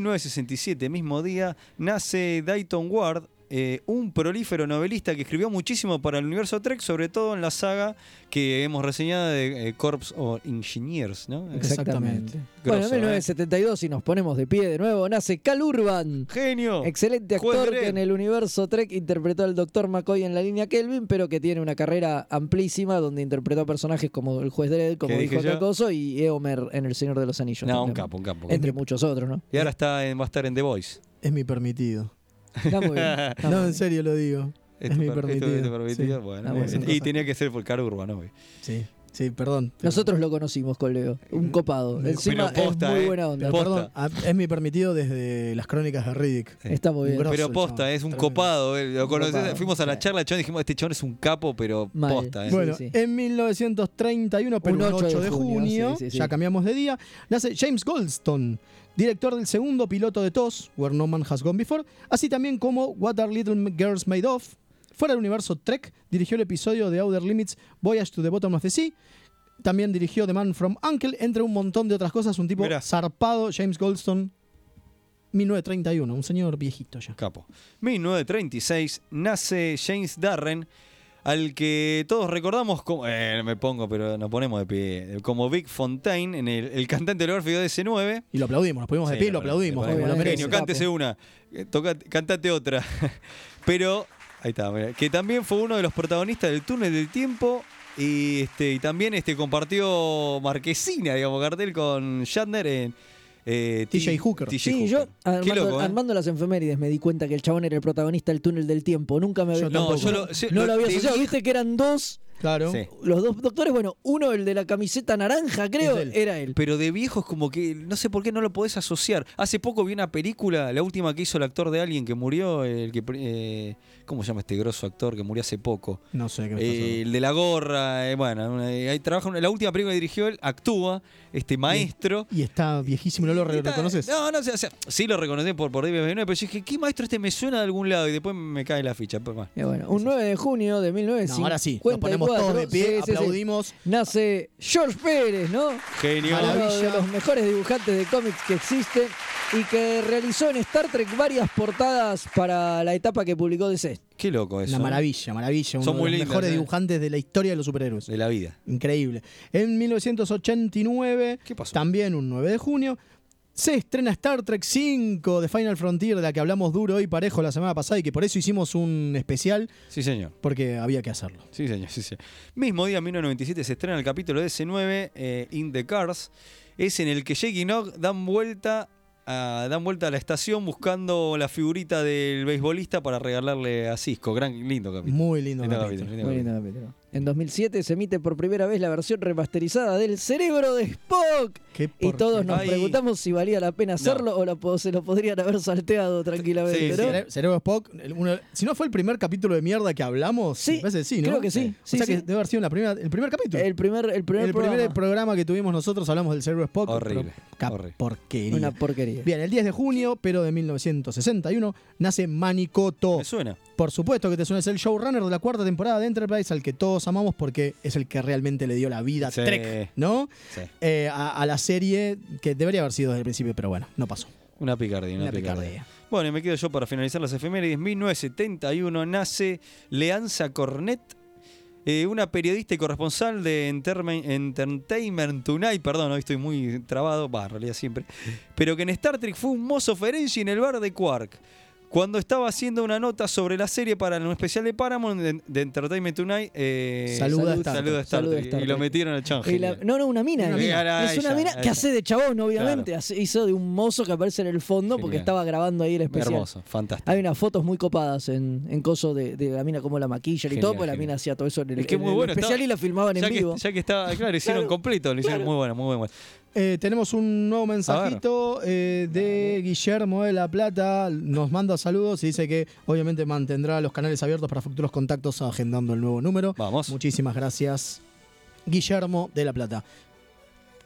B: 1967, mismo día, nace Dayton Ward, eh, un prolífero novelista que escribió muchísimo para el universo Trek, sobre todo en la saga que hemos reseñado de eh, Corps o Engineers, ¿no?
C: Exactamente. Bueno,
B: Grosso,
C: en
B: ¿eh?
C: 1972, y nos ponemos de pie de nuevo, nace Cal Urban.
B: Genio.
C: Excelente
B: Juez
C: actor
B: Dredd.
C: que en el universo Trek interpretó al Dr. McCoy en la línea Kelvin, pero que tiene una carrera amplísima donde interpretó personajes como el juez Dredd, como
B: ¿Qué
C: dijo
B: dije yo?
C: Tacoso, y Eomer en El Señor de los Anillos.
B: No,
C: también.
B: un capo, un capo.
C: Entre muchos otros, ¿no?
B: Y ahora está en- va a estar en The Voice.
D: Es mi permitido.
C: Está muy bien.
B: [laughs]
C: está muy
D: No,
C: bien.
D: en serio lo digo. Es,
B: Esto
D: mi
B: per- esto-
D: permitido.
B: esto permitido,
D: Sí.
B: bueno.
D: Ah, bueno,
B: eh,
D: son
B: y
D: cosas-
B: tenía que ser por Caro Urbano. güey.
D: Sí, sí, perdón.
C: Nosotros lo conocimos con Leo. Un copado.
D: Pero
C: Encima
B: posta,
C: es muy
B: eh.
C: buena onda.
D: Pero perdón, a- es mi permitido desde las crónicas de Riddick.
C: Está muy
D: Un
C: bien.
D: grosso
B: Eh, Pero
D: el
B: posta,
D: chabón,
B: es un
D: tremendo.
B: copado. eh, lo
D: Un
B: conocés,
D: copado,
B: fuimos a la charla de Chon y dijimos, este chon es un capo, pero
C: Mal.
B: posta. eh.
D: Bueno,
C: sí.
D: en 1931, pero un 8, de, junio,
C: sí, sí, sí.
D: ya cambiamos de día, nace James Goldstone, director del segundo piloto de TOS, Where No Man Has Gone Before, así también como What Are Little Girls Made Of. Fuera del universo Trek, dirigió el episodio de Outer Limits Voyage to the Bottom of the Sea. También dirigió The Man from Uncle, entre un montón de otras cosas. Un tipo
B: Mirá.
D: zarpado, James Goldstone, 1931, un señor viejito ya.
B: Capo. 1936 nace James Darren, al que todos recordamos como. eh, me pongo, pero nos ponemos de pie. Como Vic Fontaine, en el, el cantante del órfido de S9.
D: Y lo aplaudimos, nos pusimos de
B: Sí,
D: pie y lo aplaudimos.
B: ponemos.
D: como lo merece.
B: Genio, cántese una. eh, toca- cantate otra. [laughs] pero. Ahí está, mirá, que también fue uno de los protagonistas del túnel del tiempo. Y, este, y también este, compartió Marquesina, digamos, cartel con Shatner en. eh,
D: TJ Hooker.
B: TJ
C: Sí,
B: Hooker.
C: yo
B: Qué
C: armando,
B: loco, ¿eh?
C: armando las efemérides me di cuenta que el chabón era el protagonista del túnel del tiempo. Nunca me había
D: Yo
B: No,
D: tampoco.
B: yo lo, sí,
C: No lo había
B: te
C: asociado.
B: vi-
C: Viste que eran dos,
D: Claro.
B: Sí.
C: los dos doctores. Bueno, uno, el de la camiseta naranja, creo,
D: Es él.
C: era él.
B: Pero de viejos como que no sé por qué no lo podés asociar. Hace poco vi una película, la última que hizo el actor de alguien que murió, el que eh, ¿cómo se llama este grosso actor que murió hace poco?
D: No sé qué me pasó.
B: Eh, el de la gorra, eh, bueno, una- eh, ahí trabaja una- la última película que dirigió él, actúa, este maestro.
D: Y está viejísimo, no lo re-
B: Está-
D: reconoces.
B: No, no, o sea, o sea, sí lo reconocí por, por David Benioff, pero yo dije, ¿qué maestro este me suena de algún lado? Y después me cae la ficha. Pero, bueno.
C: Eh, bueno, un 9 de junio de 1954.
D: No, ahora sí, nos ponemos todos de pie,
C: sí, sí, sí.
D: aplaudimos.
C: Nace George Pérez, ¿no?
B: Genio.
C: Uno de
D: Maravilla.
C: los mejores dibujantes de cómics que existen y que realizó en Star Trek varias portadas para la etapa que publicó DC.
B: Qué loco eso.
D: Una
B: ¿eh?
D: maravilla, maravilla. Uno
B: Son muy
D: de los
B: lindas,
D: mejores
B: eh.
D: dibujantes de la historia de los superhéroes.
B: De la vida.
D: Increíble. En 1989,
B: ¿Qué pasó?
D: también un 9 de junio, se estrena Star Trek 5 de Final Frontier, de la que hablamos duro y parejo la semana pasada y que por eso hicimos un especial,
B: Sí, señor.
D: porque había que hacerlo.
B: Sí, señor, sí, señor. Mismo día, 1997, se estrena el capítulo de S9, eh, In the Cars. Es en el que Jake y Nog dan vuelta, a, dan vuelta a la estación buscando la figurita del beisbolista para regalarle a Cisco. Gran, lindo capítulo.
D: Muy lindo.
B: Lindo
D: capítulo.
B: capítulo, lindo capítulo.
C: En 2007 se emite por primera vez la versión remasterizada del cerebro de Spock.
D: Qué
C: Y todos nos
B: Ay.
C: preguntamos si valía la pena hacerlo o la po- se lo podrían haber salteado tranquilamente,
B: Sí,
C: ¿no?
D: Cere- Cerebro Spock, el- uno- si no fue el primer capítulo de mierda que hablamos,
C: Sí,
D: me parece ¿no?
C: creo que sí,
D: O
C: sí,
D: sea que
C: sí.
D: debe haber sido la primera, el primer capítulo.
C: El primer, el primer
D: el
C: programa.
D: primer programa que tuvimos nosotros hablamos del Cerebro Spock.
B: Horrible,
D: pero ca-
B: horrible.
D: Porquería.
C: Una porquería.
D: Bien, el 10 de junio, pero de 1961, nace Manicoto.
B: Me suena.
D: Por supuesto que te suena, es el showrunner de la cuarta temporada de Enterprise, al que todos amamos porque es el que realmente le dio la vida a
B: Sí.
D: Trek, ¿no?
B: Sí.
D: Eh, a, a la serie que debería haber sido desde el principio, pero bueno, no pasó.
B: Una picardía, una,
D: Una
B: picardía.
D: picardía.
B: Bueno, y me quedo yo para finalizar las efemérides. 1971 nace Leanza Cornet, eh, una periodista y corresponsal de Enterme- Entertainment Tonight, perdón, hoy estoy muy trabado, va, en realidad siempre, pero que en Star Trek fue un mozo Ferengi en el bar de Quark. Cuando estaba haciendo una nota sobre la serie para un especial de Paramount de, de Entertainment Tonight, eh,
D: Saluda a Star
B: saluda
D: Trek.
B: Star
C: Saluda a
B: Trek,
C: Star
B: Y lo
C: Trek.
B: metieron al change.
C: Y la- no, no, una mina.
B: Una
C: eh.
B: mina. Ah,
C: es una
B: ella,
C: mina que
B: ella.
C: hace de chabón, obviamente. Hace- Hizo de un mozo que aparece en el fondo porque
B: Genial.
C: estaba grabando ahí el especial.
B: Hermoso, fantástico.
C: Hay unas fotos muy copadas en, en coso de, de la mina como la maquilla y
B: Genial,
C: todo, porque la
B: genial.
C: mina hacía todo eso en el,
B: Es que
C: en
B: muy
C: el
B: bueno,
C: especial
B: estaba-
C: y la filmaban en
B: ya, que,
C: vivo.
B: ya que estaba, claro, hicieron completo, lo hicieron muy bueno, muy bueno.
D: Eh, tenemos un nuevo mensajito eh, de Guillermo de la Plata. Nos manda saludos y dice que obviamente mantendrá los canales abiertos para futuros contactos agendando el nuevo número.
B: Vamos.
D: Muchísimas gracias, Guillermo de la Plata.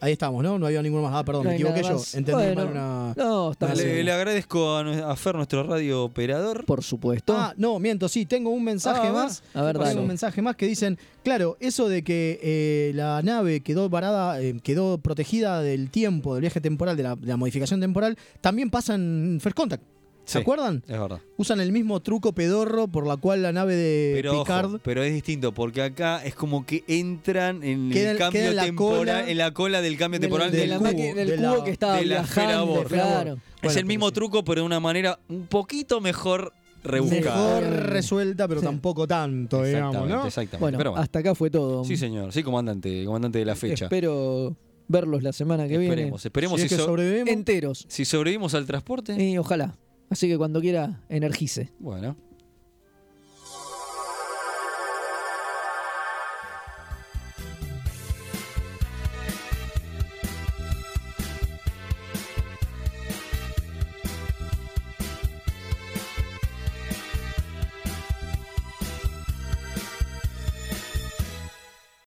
D: Ahí estamos, ¿no? No había ninguno más. Ah, perdón,
C: No
D: me
C: hay nada
D: equivoqué yo.
C: más.
D: Entendí
C: Bueno,
D: mal una.
C: no, está
D: una-
B: Le, le agradezco a, nue- a Fer, nuestro radio operador.
C: Por supuesto.
D: Ah, no, miento, sí, tengo un mensaje
B: Ah, a ver.
D: más.
B: A ver,
D: tengo
B: dale.
D: un mensaje más que dicen, claro, eso de que eh, la nave quedó varada, eh, quedó protegida del tiempo, del viaje temporal, de la, de la modificación temporal, también pasa en First Contact. ¿Se
B: Sí,
D: acuerdan?
B: Es verdad.
D: Usan el mismo truco pedorro por la cual la nave de
B: Eh, Pero, ojo,
D: Picard
B: pero es distinto, porque acá es como que entran en
D: Queda-
B: el cambio
D: queda en la
B: temporal,
D: cola-
B: en la cola del cambio temporal del,
C: del
B: cubo,
C: ataque- del cubo que estaba
B: de la esfera
C: viajando,
B: Borg.
C: claro.
B: Es el mismo truco, pero de una manera un poquito mejor rebuscada.
D: mejor resuelta, pero tampoco tanto, digamos,
B: Exactamente,
D: ¿no?
B: exactamente.
C: Bueno,
B: Pero bueno.
C: hasta acá fue todo.
B: Sí, señor. Sí, comandante, comandante de la fecha.
C: Espero verlos la semana que viene.
B: Esperemos, esperemos Si es si que so-
D: sobrevivimos.
C: Enteros.
B: Si sobrevivimos al transporte,
C: Y ojalá. Así que cuando quiera, energice.
B: bueno.